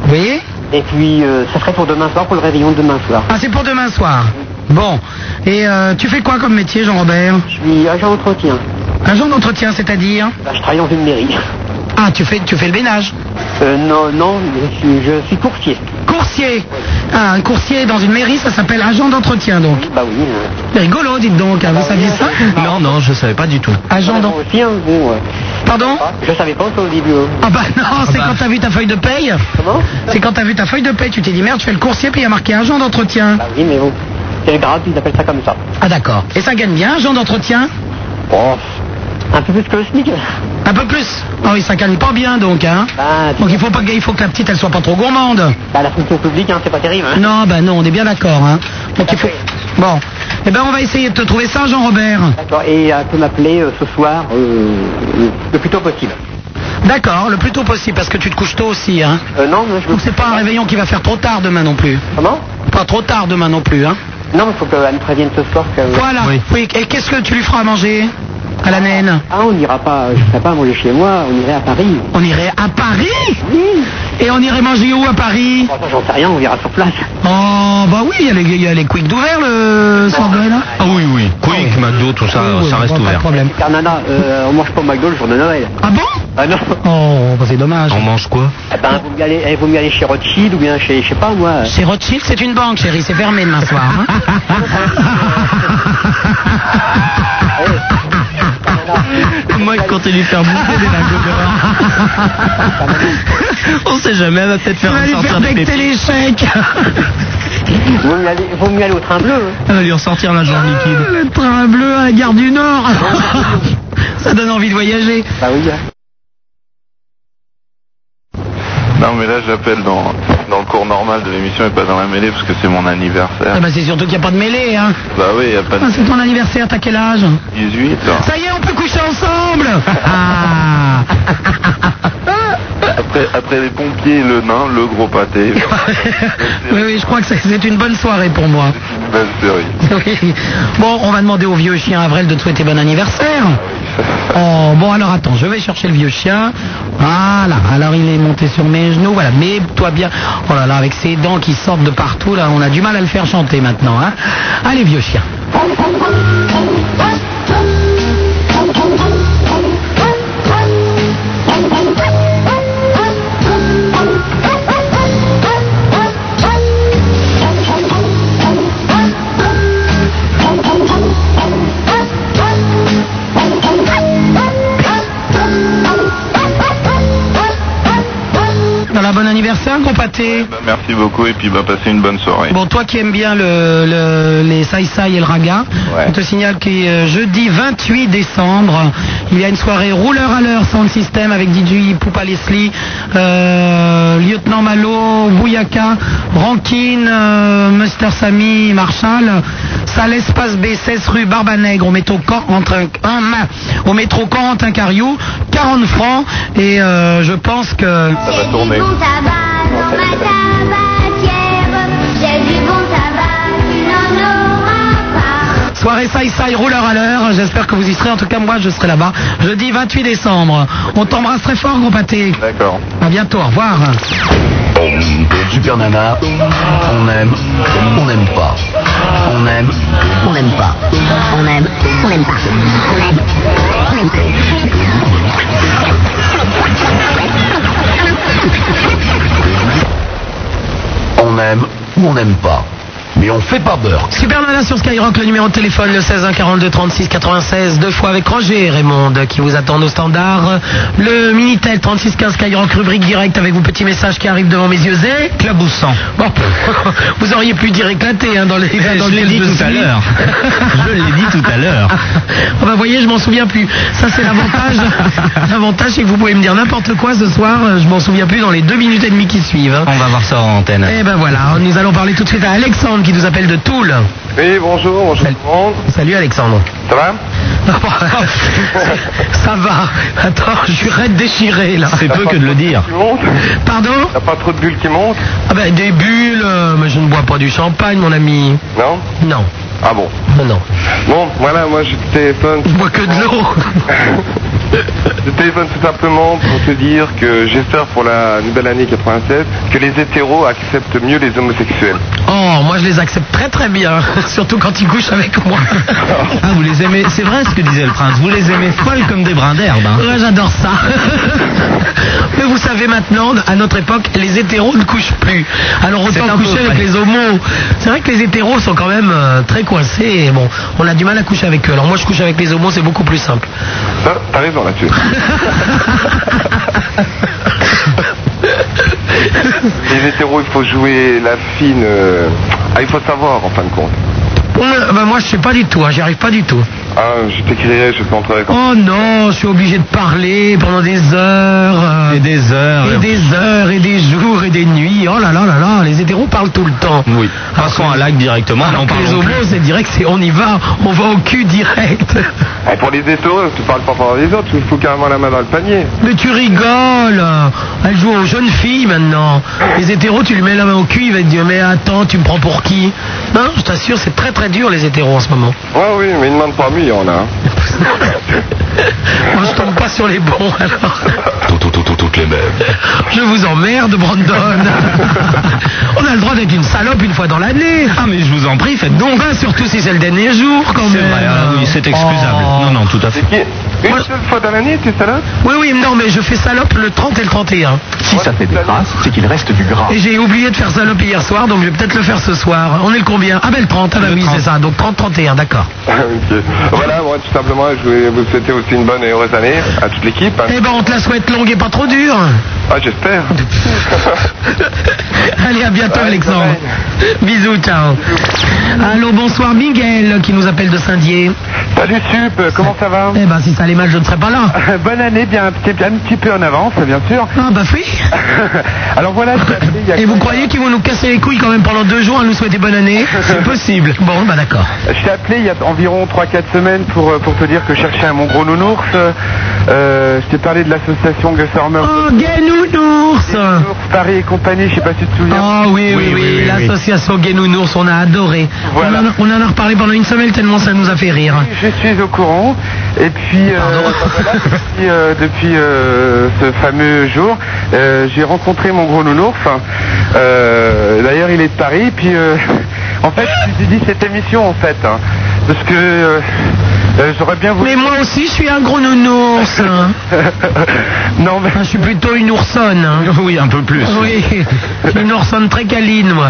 Speaker 1: Vous voyez
Speaker 5: Et puis, euh, ça serait pour demain soir, pour le réveillon de demain soir.
Speaker 1: Ah c'est pour demain soir. Bon. Et euh, tu fais quoi comme métier Jean-Robert
Speaker 5: Je suis agent d'entretien.
Speaker 1: Agent d'entretien, c'est-à-dire
Speaker 5: Bah, je travaille dans une mairie.
Speaker 1: Ah, tu fais, tu fais le ménage.
Speaker 5: Euh, non, non, je suis, je suis courtier.
Speaker 1: Coursier. Ah, un coursier dans une mairie, ça s'appelle agent d'entretien donc.
Speaker 5: Bah oui. euh,
Speaker 1: C'est rigolo, dites donc, hein, vous saviez ça
Speaker 6: Non, non, je savais pas du tout.
Speaker 1: Agent
Speaker 5: moi
Speaker 1: d'entretien.
Speaker 5: aussi, hein, bon, ouais.
Speaker 1: Pardon
Speaker 5: Je savais pas ça au début. hein.
Speaker 1: Ah bah non, c'est quand t'as vu ta feuille de paye
Speaker 5: Comment
Speaker 1: C'est quand t'as vu ta feuille de paye, tu t'es dit merde, je fais le coursier, puis il y a marqué agent d'entretien.
Speaker 5: Bah oui, mais bon. C'est le grade, ils appellent ça comme ça.
Speaker 1: Ah d'accord. Et ça gagne bien, agent d'entretien
Speaker 5: Bon. Un peu plus que le SMIC.
Speaker 1: Un peu plus Ah oui, ça gagne pas bien donc, hein
Speaker 5: Bah, tu-
Speaker 1: Donc il faut, pas, que- il faut que la petite, elle soit pas trop gourmande.
Speaker 5: bah, la fonction publique, hein, c'est pas terrible. hein.
Speaker 1: Non, bah non, on est bien d'accord, hein Donc il
Speaker 5: Tout
Speaker 1: faut...
Speaker 5: à
Speaker 1: Bon. Eh ben on va essayer de te trouver ça, Jean-Robert.
Speaker 5: D'accord, et euh, peut m'appeler euh, ce soir euh, euh, le plus tôt possible.
Speaker 1: D'accord, le plus tôt possible, parce que tu te couches tôt aussi, hein
Speaker 5: Euh, non, mais je veux...
Speaker 1: Donc c'est pas un réveillon qui va faire trop tard demain non plus.
Speaker 5: Comment
Speaker 1: Pas trop tard demain non plus, hein
Speaker 5: Non, mais faut qu'elle me prévienne ce soir que...
Speaker 1: Voilà.
Speaker 6: Oui.
Speaker 1: Oui, et qu'est-ce que tu lui feras à manger À la naine
Speaker 5: Ah, on n'ira pas, je ne ferai pas manger chez moi, on irait à Paris.
Speaker 1: On irait à Paris Et on irait manger où à Paris
Speaker 5: Bon, ça, j'en sais rien, on verra sur place.
Speaker 1: Oh, bah oui, il y a les- il y, a les quicks d'ouvert le soir là
Speaker 6: Ah oui, oui. Quick,
Speaker 1: Ah oui.
Speaker 6: McDo, tout ça,
Speaker 1: Oui, oui,
Speaker 6: ça
Speaker 1: bon,
Speaker 6: reste
Speaker 1: pas de
Speaker 6: ouvert.
Speaker 1: problème.
Speaker 5: Car nana, euh, on mange pas au McDo le jour de Noël.
Speaker 1: Ah bon
Speaker 5: Ah non
Speaker 1: Oh, bah c'est dommage.
Speaker 6: On mange quoi
Speaker 5: Eh ben, vaut mieux aller, eh, vaut mieux aller chez Rothschild ou bien chez, je sais pas moi.
Speaker 1: C'est Rothschild, c'est une banque, chérie, c'est fermé demain soir. hein.
Speaker 6: Moi, je comptais lui faire bouffer des lingots d'or. On sait jamais, elle va peut-être
Speaker 1: Tu
Speaker 6: faire
Speaker 1: vas lui
Speaker 6: ressortir
Speaker 1: faire
Speaker 6: des
Speaker 1: becter
Speaker 6: pépites.
Speaker 1: les chèques.
Speaker 5: Vaut mieux aller, vaut mieux aller au train bleu. hein.
Speaker 6: Elle va lui ressortir l'argent liquide.
Speaker 1: Ah, Le train bleu à la gare du Nord. Ça donne envie de voyager.
Speaker 5: Bah oui. hein.
Speaker 7: Non, mais là, j'appelle dans, dans le cours normal de l'émission et pas dans la mêlée parce que c'est mon anniversaire.
Speaker 1: Ah bah c'est surtout qu'il n'y a pas de mêlée, hein.
Speaker 7: Bah oui, y a pas
Speaker 1: Ah,
Speaker 7: de
Speaker 1: c'est ton anniversaire, t'as quel âge
Speaker 7: 18. hein.
Speaker 1: Ça y est, on peut coucher ensemble Ah
Speaker 7: Après, après les pompiers, le nain, le gros pâté.
Speaker 1: Oui, oui, je crois que c'est- c'est une bonne soirée pour moi.
Speaker 7: Une Belle série.
Speaker 1: Oui. Bon, on va demander au vieux chien Avril de te souhaiter bon anniversaire. Oh, bon, alors attends, je vais chercher le vieux chien. Voilà, alors il est monté sur mes genoux, voilà, mais toi bien. Oh là là, avec ses dents qui sortent de partout, là, on a du mal à le faire chanter maintenant, hein. Allez, vieux chien. Voilà, bon anniversaire, compaté.
Speaker 7: Bah, merci beaucoup et puis bah, passez une bonne soirée.
Speaker 1: Bon, toi qui aimes bien le, le- les saïsaï et le raga,
Speaker 7: Ouais.
Speaker 1: on te signale que euh, jeudi 28 décembre, il y a une soirée rouleur à l'heure sans le système avec DJ Poupa Leslie, euh, Lieutenant Malo, Bouyaka, Rankin, euh, Muster Samy, Marshall, Salle Espace B, 16 rue Barbanègre, au métro Caen, entre un, un- au métro Caen, entre un Cariou, 40 francs, et euh, je pense que...
Speaker 7: Ça va tourner.
Speaker 4: J'ai du bon tabac dans ma tabatière. J'ai du bon tabac, tu n'en auras pas.
Speaker 1: Soirée Saïsaï, rouleur à l'heure. J'espère que vous y serez. En tout cas, moi, je serai là-bas. Jeudi 28 décembre. On t'embrasse très fort, gros pâté.
Speaker 7: D'accord.
Speaker 1: À bientôt. Au revoir.
Speaker 3: Super Nana, on aime, on n'aime pas. On aime, on n'aime pas. On aime, on n'aime pas. On aime ou on n'aime pas. Mais on fait pas beurre.
Speaker 1: Super Nana sur Skyrock, le numéro de téléphone, le 16 1 42 36 96, deux fois avec Roger et Raymond qui vous attendent au standard. Le Minitel 36 15 Skyrock, rubrique directe avec vos petits messages qui arrivent devant mes yeux et... Claboussant. Bon, vous auriez pu dire éclaté hein, dans les...
Speaker 6: Eh,
Speaker 1: dans
Speaker 6: je l'ai
Speaker 1: lequel
Speaker 6: dit tout à
Speaker 1: suis.
Speaker 6: l'heure. Je l'ai dit tout à l'heure.
Speaker 1: Ah bah voyez, je m'en souviens plus. Ça c'est l'avantage. L'avantage c'est que vous pouvez me dire n'importe quoi ce soir, euh, je m'en souviens plus dans les deux minutes et demie qui suivent. hein.
Speaker 6: On va voir ça en antenne.
Speaker 1: Eh ben voilà, nous allons parler tout de suite à Alexandre qui nous appelle de Toul.
Speaker 7: Oui, bonjour, bonjour
Speaker 1: Salut.
Speaker 7: tout le monde.
Speaker 1: Salut Alexandre.
Speaker 7: Ça va
Speaker 1: Ça va. Attends, je suis raide déchiré là.
Speaker 6: C'est peu que de le dire.
Speaker 7: Tu montes
Speaker 1: Pardon
Speaker 7: T'as pas trop de bulles qui montent
Speaker 1: Ah ben des bulles, euh, mais je ne bois pas du champagne mon ami.
Speaker 7: Non
Speaker 1: Non,
Speaker 7: Ah bon.
Speaker 1: non, non.
Speaker 7: Bon, voilà, moi je te téléphone.
Speaker 1: Je bois que de l'eau.
Speaker 7: Je te téléphone tout simplement pour te dire que j'espère pour la nouvelle année 96 que les hétéros acceptent mieux les homosexuels.
Speaker 1: Oh, moi je les accepte très très bien, surtout quand ils couchent avec moi.
Speaker 6: Ah, vous les aimez, c'est vrai ce que disait le prince, vous les aimez folles comme des brins d'herbe. hein.
Speaker 1: Ouais, j'adore ça. Mais vous savez maintenant, à notre époque, les hétéros ne couchent plus. Alors
Speaker 6: C'est
Speaker 1: autant
Speaker 6: un peu
Speaker 1: coucher avec
Speaker 6: vrai.
Speaker 1: les homos. C'est vrai que les hétéros sont quand même euh, très coincés. Et bon, on a du mal à coucher avec eux. Alors moi je couche avec les homos, c'est beaucoup plus simple.
Speaker 7: Ça, t'as raison là-dessus. les hétéros, il faut jouer la fine. euh, Ah, il faut savoir en fin de compte.
Speaker 1: Euh, bah, moi je sais pas du tout, hein, j'y arrive pas du tout.
Speaker 7: Ah, je t'écrirai, je te montrerai quand.
Speaker 1: Oh non, je suis obligé de parler pendant des heures. euh,
Speaker 6: Et des heures.
Speaker 1: et des heures, et des jours, et des nuits. Oh là là là là, les hétéros parlent tout le temps.
Speaker 6: Oui.
Speaker 1: Alors
Speaker 6: Passons
Speaker 1: que-
Speaker 6: à l'acte directement,
Speaker 1: Alors
Speaker 6: n'en
Speaker 1: que les
Speaker 6: parlons
Speaker 1: homos,
Speaker 6: plus.
Speaker 1: c'est direct, c'est on y va, on va au cul direct.
Speaker 7: Ah, pour les hétéros, tu parles pas pour les autres, tu fous carrément la main dans le panier.
Speaker 1: Mais tu rigoles Elle joue aux jeunes filles maintenant. Les hétéros, tu lui mets la main au cul, il va te dire mais attends, tu me prends pour qui Non, je t'assure, c'est très très dur les hétéros en ce moment.
Speaker 7: Ouais, Oh oui, mais ils demandent pas mieux, il y en a. hein.
Speaker 1: Moi, je tombe pas sur les bons alors.
Speaker 3: Tout, tout, tout, tout, toutes les mêmes.
Speaker 1: Je vous emmerde, Brandon. On a le droit d'être une salope une fois dans l'année.
Speaker 6: Ah, mais je vous en prie, faites donc.
Speaker 1: Donc, hein, surtout si c'est le dernier jour quand
Speaker 6: C'est
Speaker 1: même.
Speaker 6: vrai, ah oui, c'est excusable.
Speaker 1: Oh.
Speaker 6: Non, non, tout à fait.
Speaker 7: C'est qui Une
Speaker 1: Moi-
Speaker 7: seule fois dans l'année, tu salope
Speaker 1: Oui, oui, non, mais je fais salope le 30 et le 31.
Speaker 3: Si ça fait des traces, c'est qu'il reste du
Speaker 6: Ah.
Speaker 3: gras.
Speaker 1: Et j'ai oublié de faire salope hier soir, donc je vais peut-être le faire ce soir. On est le combien Ah ben le 30, ah ben
Speaker 6: Le
Speaker 1: oui,
Speaker 6: 30.
Speaker 1: c'est ça. Donc 30-31, d'accord.
Speaker 7: Ah, Ok. Voilà, moi tout simplement, je voulais vous souhaiter aussi une bonne et heureuse année à toute l'équipe. hein.
Speaker 1: Eh ben on te la souhaite longue et pas trop dure.
Speaker 7: Ah, j'espère.
Speaker 1: Allez, à bientôt Alexandre. Bisous, ciao. Allô, bonsoir Miguel qui nous appelle de Saint-Dié.
Speaker 7: Salut Sup, comment ça va
Speaker 1: Eh ben si ça allait mal, je ne serais pas là.
Speaker 7: Bonne année, bien un petit, un petit peu en avance, bien sûr.
Speaker 1: Ah bah oui.
Speaker 7: Alors voilà, je t'ai appelé il y a-
Speaker 1: Et vous croyez qu'ils vont nous casser les couilles quand même pendant deux jours à nous souhaiter bonne année C'est possible. Bon, bah d'accord.
Speaker 7: je t'ai appelé il y a environ 3-4 semaines pour, euh, pour te dire que je cherchais un mon gros nounours. Euh, je t'ai parlé de l'association Gussermer.
Speaker 1: Oh, gay nounours
Speaker 7: Paris et compagnie, je sais pas si tu te souviens.
Speaker 1: Oh oui, oui, oui,
Speaker 6: Oui, oui, oui,
Speaker 1: l'association Gay Nounours, on a adoré.
Speaker 7: Voilà.
Speaker 1: On, en a, on en a reparlé pendant une semaine tellement ça nous a fait rire.
Speaker 7: Je suis au courant. Et puis, euh,
Speaker 1: Pardon.
Speaker 7: bah voilà, depuis, euh, depuis, euh, ce fameux jour, euh, j'ai rencontré mon gros nounours. Euh, D'ailleurs, il est de Paris. Puis, euh, en fait, j'ai dit cette émission, en fait. hein, parce que euh, euh, j'aurais bien voulu...
Speaker 1: Mais moi aussi, je suis un gros nounours. hein.
Speaker 7: non, mais...
Speaker 1: Enfin, je suis plutôt une oursonne. hein.
Speaker 6: Oui, un peu plus.
Speaker 1: Oui, je suis une oursonne très câline, moi.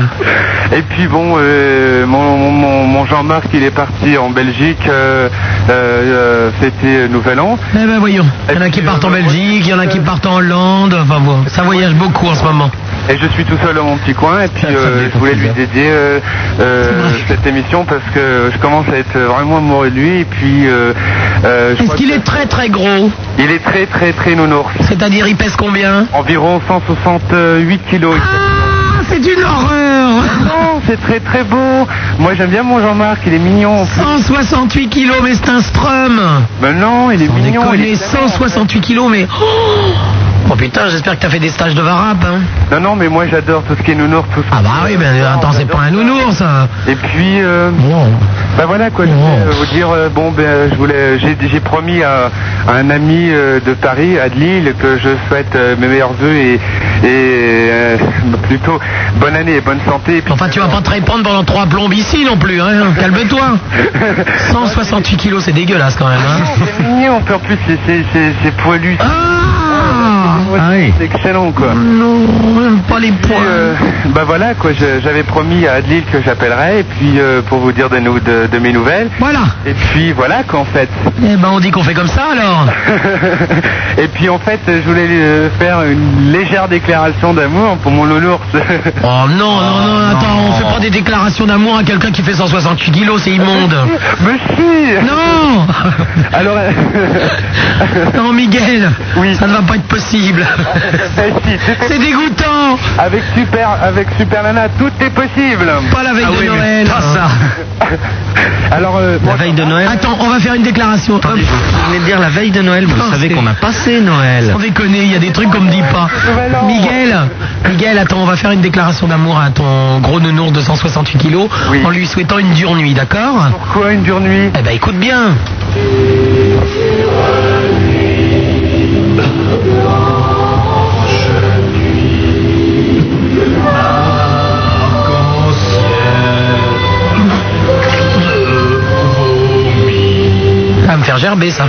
Speaker 7: Et puis bon, euh, mon, mon- mon- mon Jean-Marc, il est parti en Belgique euh, euh, euh, fêter Nouvel An.
Speaker 1: Eh ben voyons, il y en a
Speaker 7: Et
Speaker 1: qui
Speaker 7: puis,
Speaker 1: partent en
Speaker 7: euh,
Speaker 1: Belgique, il y en a qui partent en Hollande, enfin bon, ça voyage beaucoup en ce moment.
Speaker 7: Et je suis tout seul dans mon petit coin et puis
Speaker 6: Ça, ça
Speaker 7: euh,
Speaker 6: me
Speaker 7: je voulais lui
Speaker 6: fait
Speaker 7: dédier euh, euh,
Speaker 1: hein. C'est vrai.
Speaker 7: cette émission parce que je commence à être vraiment amoureux de lui et puis euh, euh, je
Speaker 1: Est-ce
Speaker 7: crois
Speaker 1: qu'il
Speaker 7: que-
Speaker 1: est très très gros
Speaker 7: il est très très très nounours.
Speaker 1: C'est-à-dire, il pèse combien
Speaker 7: Environ 168 kilos.
Speaker 1: Ah, c'est une horreur
Speaker 7: Non, c'est très très beau. Moi j'aime bien mon Jean-Marc, il est mignon.
Speaker 1: 168 kilos, mais c'est un strum
Speaker 7: Mais non, il est
Speaker 1: On
Speaker 7: mignon. il
Speaker 1: déconne,
Speaker 7: est tellement-
Speaker 1: 168 kilos, mais... Oh, Oh, putain, j'espère que t'as fait des stages de varap, hein.
Speaker 7: Non non, mais moi j'adore tout ce qui est euh, nounours, tout ce
Speaker 1: Ah bah oui, ben attends, c'est pas un nounours, hein. ça.
Speaker 7: Et puis euh,
Speaker 1: Bon.
Speaker 7: Bah voilà quoi, je
Speaker 1: Oh.
Speaker 7: voulais euh, vous dire, euh, bon ben je voulais, j'ai, j'ai promis à, à un ami euh, de Paris, à de Lille, que je souhaite euh, mes meilleurs voeux et, et euh, plutôt bonne année et bonne santé. Et puis-
Speaker 1: Enfin, tu vas pas te répandre pendant trois plombes ici non plus, hein. Calme-toi. 168 kilos, c'est dégueulasse quand même,
Speaker 7: Non,
Speaker 1: hein.
Speaker 7: c'est mignon, puis en plus c'est, c'est, c'est, c'est poilu, c'est-
Speaker 1: Ah Mm.
Speaker 6: Ah oui.
Speaker 7: c'est excellent quoi.
Speaker 1: Non, j'aime pas les
Speaker 7: Puis, euh,
Speaker 1: poils.
Speaker 7: bah voilà quoi, je- j'avais promis à Adlil que j'appellerais et puis euh, pour vous dire de, nous, de, de mes nouvelles.
Speaker 1: Voilà.
Speaker 7: Et puis voilà qu'en fait.
Speaker 1: Eh ben, on dit qu'on fait comme ça, alors.
Speaker 7: Et puis en fait, je voulais euh, faire une légère déclaration d'amour pour mon nounours.
Speaker 1: Oh non, non, non, attends, on fait pas des déclarations d'amour à quelqu'un qui fait 168 kilos, c'est immonde.
Speaker 7: Monsieur
Speaker 1: Non
Speaker 7: Alors, euh,
Speaker 1: Non, Miguel,
Speaker 7: Oui.
Speaker 1: ça ne va pas être possible.
Speaker 7: Si, tout est-
Speaker 1: C'est dégoûtant.
Speaker 7: Avec super, avec super Nana, tout est possible.
Speaker 1: Pas la veille
Speaker 6: Ah
Speaker 1: de
Speaker 6: oui, mais
Speaker 1: Noël.
Speaker 6: pas ça.
Speaker 7: Alors, euh,
Speaker 6: La
Speaker 7: moi,
Speaker 6: veille de Noël
Speaker 1: Attends, on va faire une déclaration.
Speaker 6: Attendez, vous venez de dire la veille de Noël, vous
Speaker 1: Putain,
Speaker 6: savez
Speaker 1: c'est-
Speaker 6: qu'on a passé Noël.
Speaker 1: Sans déconner, il y a des trucs qu'on me dit pas.
Speaker 7: Nouvel an.
Speaker 1: Miguel, Miguel, attends, on va faire une déclaration d'amour à ton gros nounours de 168 kilos
Speaker 7: Oui.
Speaker 1: en lui souhaitant une dure nuit, d'accord
Speaker 7: pourquoi une dure nuit
Speaker 1: Eh ben écoute bien. Ça va me faire gerber ça.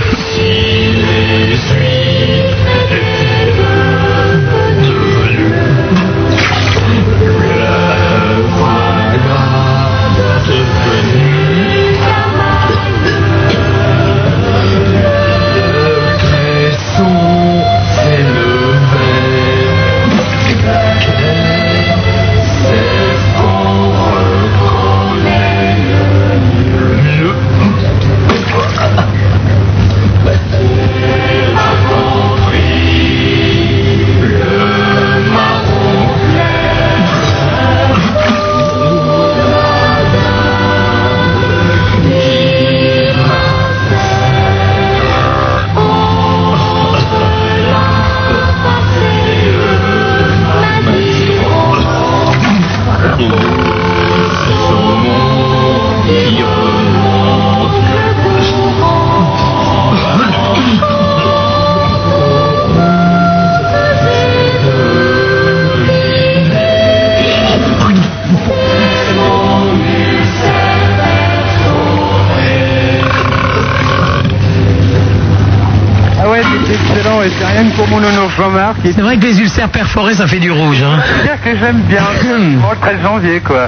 Speaker 7: Ah ouais, c'est excellent et c'est rien que pour mon nono Jean-Marc. Il
Speaker 1: C'est vrai que les ulcères perforés, ça fait du rouge. hein.
Speaker 7: faut dire que j'aime bien. Moi, le 13 janvier, quoi.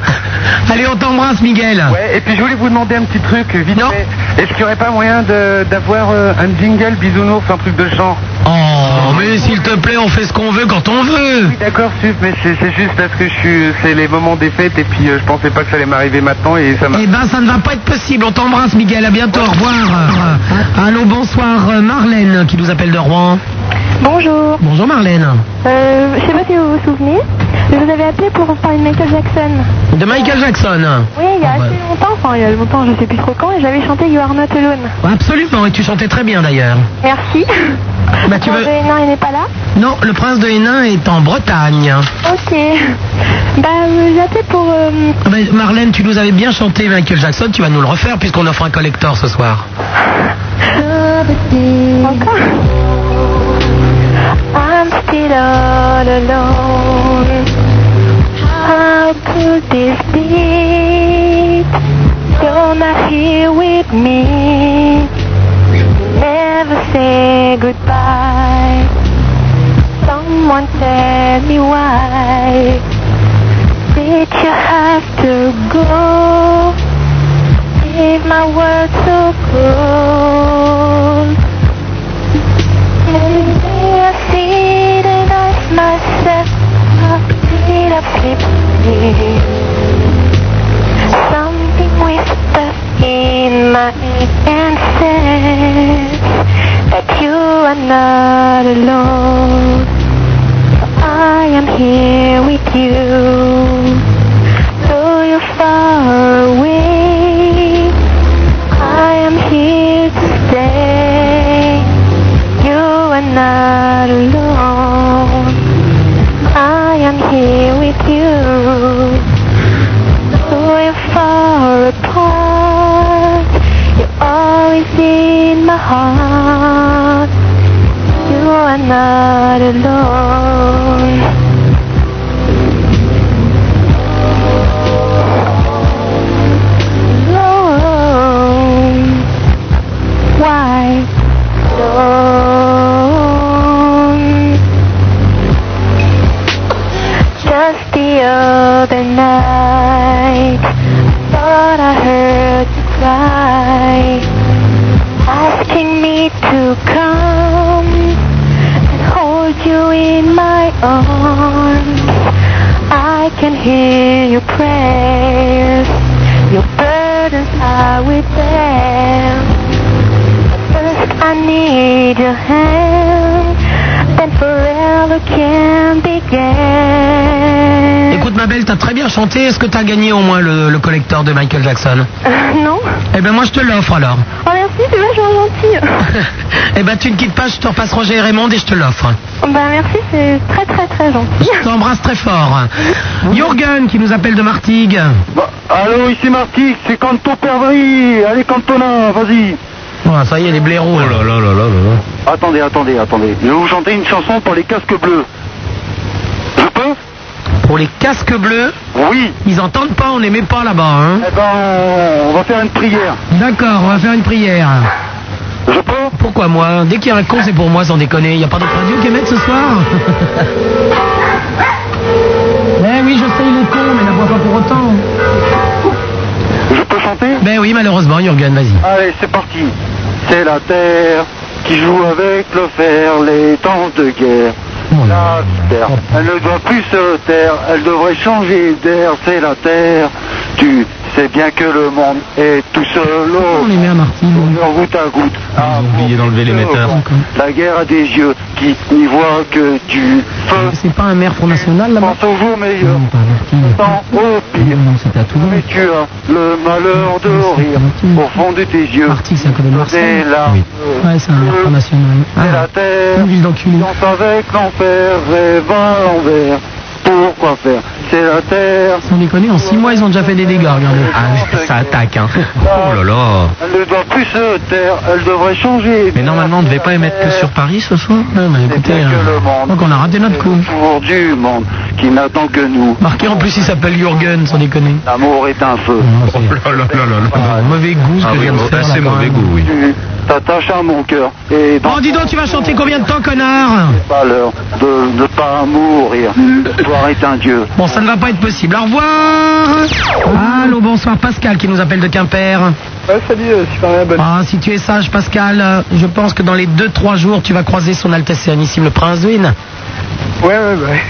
Speaker 1: Allez, on t'embrasse, Miguel.
Speaker 7: Ouais, et puis je voulais vous demander un petit truc, vite
Speaker 1: Non.
Speaker 7: fait. Est-ce qu'il n'y aurait pas moyen de- d'avoir euh, un jingle bisounours, un truc de ce genre
Speaker 1: Oh, mais s'il te plaît, on fait ce qu'on veut quand on veut.
Speaker 7: Oui, d'accord, Sup, mais c'est c'est juste parce que je suis, c'est les moments des fêtes et puis euh, je pensais pas que ça allait m'arriver maintenant et ça m'a.
Speaker 1: Eh ben, ça ne va pas être possible. On t'embrasse, Miguel. À bientôt. Au revoir. Allô, bonsoir. euh, Marlène, qui nous appelle de Rouen.
Speaker 8: Bonjour.
Speaker 1: Bonjour, Marlène.
Speaker 8: Euh, je sais pas si vous vous souvenez, je vous avais appelé pour vous parler de Michael Jackson.
Speaker 1: De Michael Jackson.
Speaker 8: Oui, il y a
Speaker 1: Ah,
Speaker 8: assez
Speaker 1: ouais.
Speaker 8: longtemps, enfin il y a longtemps, je sais plus trop quand, et j'avais chanté You Are Not Alone.
Speaker 1: Absolument. Et tu chantais très bien, d'ailleurs.
Speaker 8: Merci.
Speaker 1: Bah, tu veux-
Speaker 8: Non, il n'est pas là.
Speaker 1: Non, le prince de Hénin est en Bretagne.
Speaker 8: Ok. Bah, euh, j'ai appelé pour. euh,
Speaker 1: Ah ben, Marlène, tu nous avais bien chanté Michael Jackson. Tu vas nous le refaire puisqu'on offre un collector ce soir.
Speaker 8: Encore I'm still all alone. How could this be? You're not here with me. Never say goodbye. Someone tell me why. Did you have to go? Leave my world so cold. Maybe I see the light myself. I feel I flip Something whispers in my ear and says that you are not alone. I am here with you. Though you're far away, I am here to stay. You are not alone. I am here with you. Though you're far apart, you're always in my heart. You are not alone. alone. Why alone? Just the other night, thought I heard you cry, asking me to come and hold you in my arms. I can hear your prayers, your burdens are with them. First I need your hand, then forever the candy again.
Speaker 1: Écoute ma belle, t'as très bien chanté. Est-ce que t'as gagné au moins le, le collector de Michael Jackson
Speaker 8: non
Speaker 1: Eh ben moi je te l'offre alors.
Speaker 8: Oh merci, c'est vachement gentil.
Speaker 1: eh ben tu ne quittes pas, je te repasse Roger et Raymond et je te l'offre.
Speaker 8: ben merci, c'est très très très gentil.
Speaker 1: Je t'embrasse très fort. Jürgen qui nous appelle de Martigues.
Speaker 2: Bah, allô, ici Marty, c'est Canto Pervry. Allez, Cantona, vas-y.
Speaker 1: Ouais, Oh, ça y est, les blaireaux. là.
Speaker 2: Attendez, attendez, attendez. Je vais vous chanter une chanson pour les casques bleus. Je peux
Speaker 1: Pour les casques bleus,
Speaker 2: Oui.
Speaker 1: ils entendent pas, on les met pas là-bas. Hein.
Speaker 2: Eh ben, on va faire une prière.
Speaker 1: D'accord, on va faire une prière.
Speaker 2: Je peux
Speaker 1: Pourquoi moi Dès qu'il y a un con, c'est pour moi, sans déconner. Il n'y a pas d'autre radio qui émettent ce soir Eh oui, je sais, il est con, mais n'aboie pas pour autant.
Speaker 2: Je peux chanter
Speaker 1: Ben oui, malheureusement, Jürgen, vas-y.
Speaker 2: Allez, c'est parti. C'est la terre qui joue avec le fer, les temps de guerre.
Speaker 1: Oh là
Speaker 2: La terre, Ah, elle ne doit plus se taire, elle devrait changer d'air, c'est la terre. Tu sais bien que le monde est tout seul Oh, au
Speaker 1: On les met à Martigues.
Speaker 2: Tourneur goutte à goutte. Ah,
Speaker 6: oublié
Speaker 2: bon,
Speaker 6: d'enlever l'émetteur.
Speaker 2: La guerre a des yeux qui n'y voient que du feu.
Speaker 1: C'est pas un maire Front National là-bas
Speaker 2: Pense au jour meilleur,
Speaker 1: Non, pas à Martigues.
Speaker 2: temps au pire.
Speaker 1: Non, c'est à Toulon.
Speaker 2: Mais tu as le malheur de rire au fond de tes yeux.
Speaker 1: Martigues, c'est à côté de Marseille.
Speaker 2: C'est la,
Speaker 1: Ouais, c'est un Front National.
Speaker 2: c'est la
Speaker 1: Ah,
Speaker 2: terre.
Speaker 1: une ville d'enculé.
Speaker 2: Danse avec l'enfer, rêve à l'envers. Pourquoi faire C'est la terre.
Speaker 1: Sans déconner, en 6 mois, ils ont déjà fait des dégâts, regardez.
Speaker 6: Ah, ça attaque, hein. Oh là là.
Speaker 2: Ah, Elle ne doit plus se taire, elle devrait changer.
Speaker 6: Mais normalement, on ne devait pas émettre que sur Paris ce soir.
Speaker 1: Ouais, mais
Speaker 2: C'est
Speaker 1: écoutez,
Speaker 2: bien que
Speaker 1: euh,
Speaker 2: le monde
Speaker 1: donc on a raté notre coup.
Speaker 2: est autour du monde qui n'attend que nous.
Speaker 1: Marqué en plus, il s'appelle Jürgen, sans déconner.
Speaker 2: L'amour est un feu.
Speaker 6: Oh là là là là là.
Speaker 1: Ah, mauvais goût, ce
Speaker 6: Ah
Speaker 1: que je
Speaker 6: oui,
Speaker 1: viens de
Speaker 5: oh,
Speaker 1: faire.
Speaker 6: assez
Speaker 1: là, quand
Speaker 6: mauvais
Speaker 1: même.
Speaker 6: goût, oui.
Speaker 2: Tu t'attaches à mon cœur et dans
Speaker 1: Bon, dis donc, tu vas chanter combien de temps, connard
Speaker 2: pas l'heure de ne pas mourir. L'histoire est un dieu.
Speaker 1: Bon, ça ne va pas être possible. Au revoir Allô, bonsoir, Pascal qui nous appelle de Quimper.
Speaker 7: salut, super bien, bonne.
Speaker 1: Ah, si tu es sage, Pascal, euh, je pense que dans les 2-3 jours, tu vas croiser son Altesse Sérénissime le Prince Win.
Speaker 7: Ouais, ouais, ouais.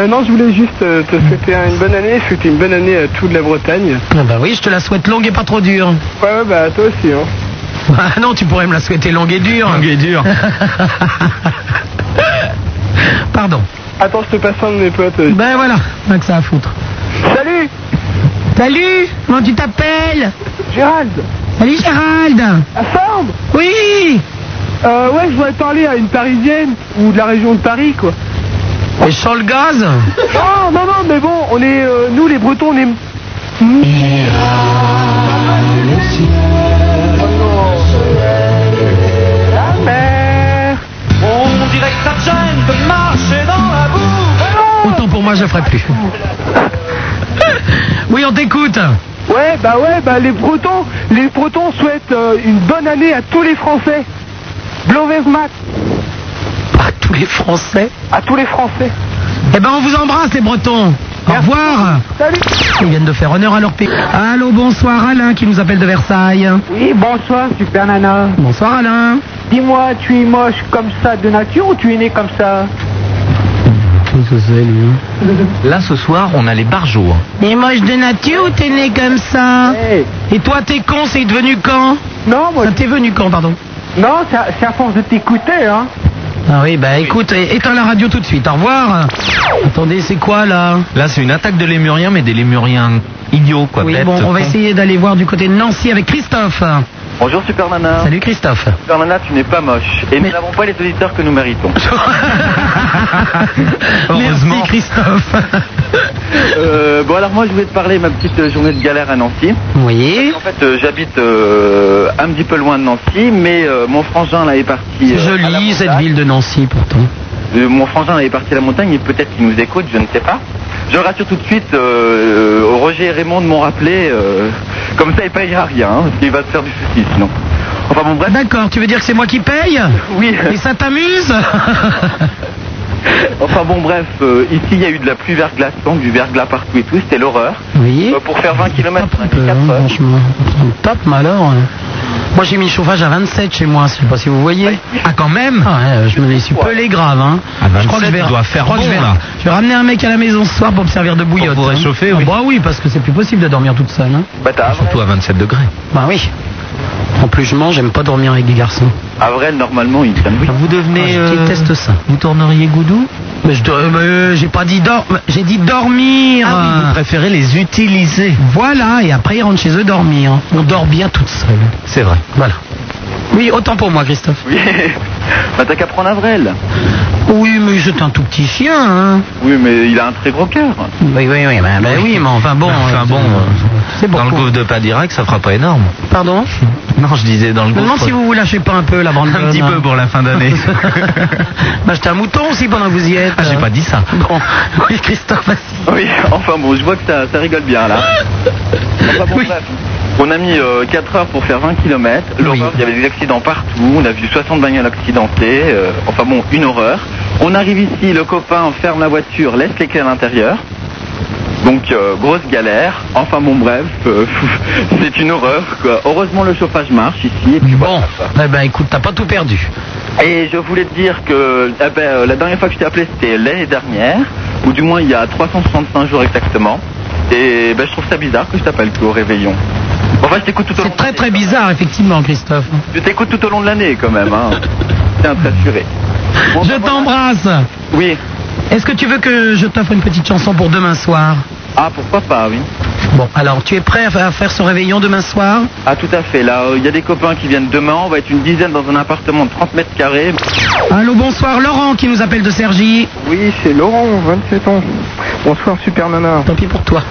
Speaker 7: Euh, non, je voulais juste euh, te
Speaker 6: Mm.
Speaker 7: souhaiter euh, une bonne année, souhaiter une bonne année à tout de la Bretagne.
Speaker 1: Ah bah oui, je te la souhaite longue et pas trop dure.
Speaker 7: Ouais, ouais, bah à toi aussi, hein.
Speaker 1: Ah non, tu pourrais me la souhaiter longue et dure.
Speaker 6: Langue est dure.
Speaker 1: Pardon.
Speaker 7: Attends, je te passe un de mes potes. euh.
Speaker 1: Ben voilà, pas que ça à foutre.
Speaker 7: Salut
Speaker 1: Salut, comment tu t'appelles
Speaker 7: Gérald
Speaker 1: Salut Gérald
Speaker 7: La forme
Speaker 1: Oui
Speaker 7: Euh, ouais, je voudrais parler à une parisienne ou de la région de Paris, quoi.
Speaker 1: Et sur le gaz
Speaker 7: Non, non, non, mais bon, on est. euh, nous, les Bretons, on est. La mer.
Speaker 1: Autant pour moi, je ne ferai plus. Oui, on t'écoute.
Speaker 7: Ouais, bah ouais, bah les Bretons, les Bretons souhaitent euh, une bonne année à tous les Français. Mauvaise mat,
Speaker 1: À tous les Français.
Speaker 7: à tous les Français.
Speaker 1: Eh ben, on vous embrasse, les Bretons. Au revoir.
Speaker 7: Salut.
Speaker 1: Ils viennent de faire honneur à leur pays. Allô, bonsoir Alain qui nous appelle de Versailles.
Speaker 7: Oui, bonsoir, super nana.
Speaker 1: Bonsoir Alain.
Speaker 7: Dis-moi, tu es moche comme ça de nature ou tu es né comme ça
Speaker 6: Là, ce soir, on a les barjots.
Speaker 1: T'es moche de nature ou t'es né comme ça Et toi, t'es con, c'est devenu quand
Speaker 7: Non, moi,
Speaker 1: Ah, T'es venu quand, pardon
Speaker 7: non, c'est à, c'est à force de t'écouter, hein.
Speaker 1: Ah oui, bah écoute, é- éteins la radio tout de suite. Au revoir. Attendez, c'est quoi là
Speaker 6: Là, c'est une attaque de lémuriens, mais des lémuriens idiots, quoi.
Speaker 1: Oui,
Speaker 6: bêtes,
Speaker 1: bon, on va
Speaker 6: cons.
Speaker 1: essayer d'aller voir du côté de Nancy avec Christophe.
Speaker 2: Bonjour Super Nana.
Speaker 1: Salut Christophe.
Speaker 2: Super Nana, tu n'es pas moche. Et
Speaker 1: Mais-
Speaker 2: nous n'avons pas les auditeurs que nous méritons.
Speaker 1: Merci
Speaker 6: Heureusement.
Speaker 1: Christophe.
Speaker 2: Euh, bon alors moi je voulais te parler de ma petite euh, journée de galère à Nancy.
Speaker 1: Oui.
Speaker 2: En fait euh, j'habite euh, un petit peu loin de Nancy, mais euh, mon frangin là est parti. euh, à la
Speaker 1: Jolie cette
Speaker 2: montagne.
Speaker 1: ville de Nancy pourtant.
Speaker 2: Euh, mon frangin est parti à la montagne et peut-être qu'il nous écoute, je ne sais pas. Je rassure tout de suite, euh, euh, Roger et Raymond m'ont rappelé, euh, comme ça il payera rien, hein, parce qu'il va se faire du souci sinon. Enfin bon
Speaker 9: Bah,
Speaker 2: bref,
Speaker 1: D'accord, tu veux dire que c'est moi qui paye
Speaker 2: oui,
Speaker 1: Et ça t'amuse
Speaker 2: enfin bon bref, euh, ici il y a eu de la pluie verglaçante, du verglas partout et tout, c'était l'horreur.
Speaker 1: Oui.
Speaker 2: Euh, pour faire 20 km,
Speaker 1: Top, euh, franchement. Top, mais alors. euh, Moi j'ai mis le chauffage à 27 chez moi, je sais pas si vous voyez.
Speaker 6: Ah, quand même
Speaker 1: Ah ouais, euh, je me les suis pelé grave. Hein.
Speaker 6: À 27,
Speaker 1: je crois que je vais,
Speaker 6: il doit faire
Speaker 1: je crois que
Speaker 6: bon,
Speaker 1: je vais-
Speaker 6: là.
Speaker 1: Je vais ramener un mec à la maison ce soir pour me servir de bouillotte.
Speaker 6: vous
Speaker 1: hein.
Speaker 6: réchauffer,
Speaker 1: Ah
Speaker 6: oui.
Speaker 1: Bah oui, parce que c'est plus possible de dormir toute seule. Hein.
Speaker 2: Bâtard.
Speaker 6: Surtout à 27 degrés.
Speaker 1: Bah oui. En plus, je mens, j'aime pas dormir avec des garçons.
Speaker 2: Avril, normalement, il tient
Speaker 6: Vous devenez.
Speaker 1: Ah, je déteste ça.
Speaker 6: Vous tourneriez Goudou
Speaker 1: Mais je dois-
Speaker 5: euh,
Speaker 1: mais j'ai pas dit dor- j'ai dit dormir.
Speaker 5: Ah oui, vous préférez les utiliser.
Speaker 1: Voilà, et après ils rentrent chez eux dormir. On dort bien toute seule.
Speaker 5: C'est vrai.
Speaker 1: Voilà. Oui, autant pour moi, Christophe.
Speaker 10: Oui. bah t'as qu'à prendre Avrel.
Speaker 1: Oui, mais c'est un tout petit chien. Hein.
Speaker 10: Oui, mais il a un très gros cœur.
Speaker 1: Oui, oui, oui, bah, bah oui, mais enfin bon.
Speaker 5: Enfin
Speaker 1: euh,
Speaker 5: bon, euh,
Speaker 1: c'est
Speaker 5: dans le
Speaker 1: beaucoup.
Speaker 5: gouffre de Padirac, ça fera pas énorme.
Speaker 1: Pardon
Speaker 5: Non, je disais dans le
Speaker 1: Je me
Speaker 5: gouffre.
Speaker 1: demande si vous vous lâchez pas un peu la bande. hein.
Speaker 5: Un petit peu pour la fin d'année.
Speaker 1: bah, j'étais un mouton aussi pendant que vous y êtes.
Speaker 5: Ah, j'ai pas dit ça.
Speaker 1: Bon, oui, Christophe, vas-y.
Speaker 10: Oui, enfin bon, je vois que ça, ça rigole bien là. Enfin, bon,
Speaker 1: Oui.
Speaker 10: bref. On a mis 4 euh, heures pour faire 20 km. L'horreur, il y avait des accidents partout. On a vu 60 bagnoles accidentées. euh, enfin bon, une horreur. On arrive ici, le copain ferme la voiture, laisse les clés à l'intérieur. Donc, euh, grosse galère. Enfin bon, bref, euh, c'est une horreur. Quoi. Heureusement, le chauffage marche ici. Et puis
Speaker 1: Bon,
Speaker 10: voilà.
Speaker 1: eh ben écoute, t'as pas tout perdu.
Speaker 10: Et je voulais te dire que eh ben, euh, la dernière fois que je t'ai appelé, c'était l'année dernière, ou du moins il y a 365 jours exactement. Et ben, je trouve ça bizarre que je t'appelle qu'au réveillon. Enfin, je t'écoute tout au long.
Speaker 1: C'est très
Speaker 10: de
Speaker 1: très
Speaker 10: l'année.
Speaker 1: bizarre, effectivement, Christophe.
Speaker 10: Je t'écoute tout au long de l'année quand même. Hein. Tiens, t'as assuré. Bon,
Speaker 1: Je
Speaker 10: ben, voilà.
Speaker 1: t'embrasse.
Speaker 10: Oui.
Speaker 1: Est-ce que tu veux que je t'offre une petite chanson pour demain soir
Speaker 10: Ah, pourquoi pas, oui.
Speaker 1: Bon, alors tu es prêt à fa- à faire ce réveillon demain soir
Speaker 10: Ah, tout à fait. Là, euh, il y a des copains qui viennent demain. On va être une dizaine dans un appartement de 30 mètres carrés.
Speaker 1: Allô, bonsoir, Laurent qui nous appelle de Sergi.
Speaker 11: Oui, c'est Laurent, 27 ans. Bonsoir, Super Nana.
Speaker 1: Tant pis pour toi.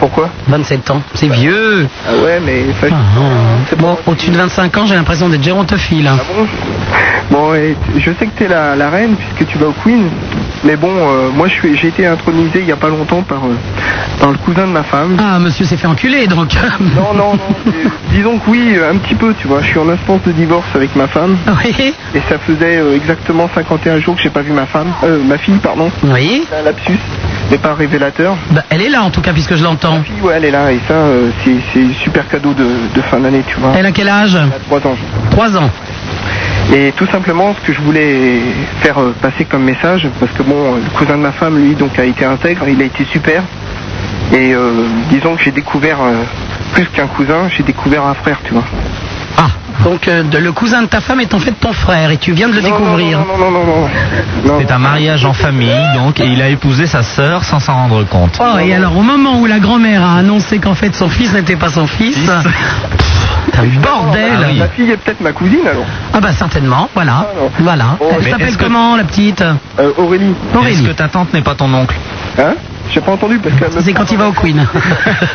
Speaker 11: Pourquoi
Speaker 1: 27 ans, c'est vieux.
Speaker 11: Ah ouais, mais ça.
Speaker 1: Ah, non. Bon, au-dessus de 25 ans, j'ai l'impression d'être gérontophile. hein.
Speaker 11: hein, Ah bon Bon, et t- je sais que t'es la, la reine puisque tu vas au Queen, mais bon, euh, moi je suis- j'ai été intronisé il y a pas longtemps par, euh, par le cousin de ma femme.
Speaker 1: Ah, monsieur s'est fait enculer, donc.
Speaker 11: Non, non, non, c'est- disons que oui, euh, un petit peu, tu vois, je suis en instance de divorce avec ma femme,
Speaker 1: Oui,
Speaker 11: et ça faisait euh, exactement 51 jours que j'ai pas vu ma femme, euh, ma fille, pardon,
Speaker 1: oui.
Speaker 11: c'est un lapsus, mais pas révélateur.
Speaker 1: Bah, elle est là en tout cas, puisque je l'entends.
Speaker 11: Ma fille, ouais, elle est là, et ça, euh, c'est c'est super cadeau de, de fin d'année, tu vois.
Speaker 1: Elle a quel âge
Speaker 11: Elle a 3 ans.
Speaker 1: 3 ans.
Speaker 11: Et tout simplement, ce que je voulais faire euh, passer comme message, parce que bon, euh, le cousin de ma femme, lui, donc a été intègre, il a été super. Et euh, disons que j'ai découvert, euh, plus qu'un cousin, j'ai découvert un frère, tu vois.
Speaker 1: Ah, donc euh, de- le cousin de ta femme est en fait ton frère et tu viens de le
Speaker 11: Non,
Speaker 1: découvrir.
Speaker 11: Non, non, non, non, non. non. Non.
Speaker 5: C'est un mariage en famille, donc, et il a épousé sa sœur sans s'en rendre compte.
Speaker 1: Oh, et alors au moment où la grand-mère a annoncé qu'en fait son fils n'était pas son fils,
Speaker 5: Fils.
Speaker 1: pff, un bordel.
Speaker 5: Ah oui.
Speaker 11: bah Ma fille est peut-être ma cousine, alors.
Speaker 1: Ah bah certainement, voilà,
Speaker 11: Ah non.
Speaker 1: voilà.
Speaker 11: Oh,
Speaker 1: Elle
Speaker 5: mais
Speaker 1: s'appelle
Speaker 5: est-ce que-
Speaker 1: comment la petite
Speaker 11: Euh, Aurélie,
Speaker 5: Est-ce
Speaker 1: Aurélie.
Speaker 5: que ta tante n'est pas ton oncle
Speaker 11: hein J'ai pas entendu parce que...
Speaker 1: C'est quand il va au Queen.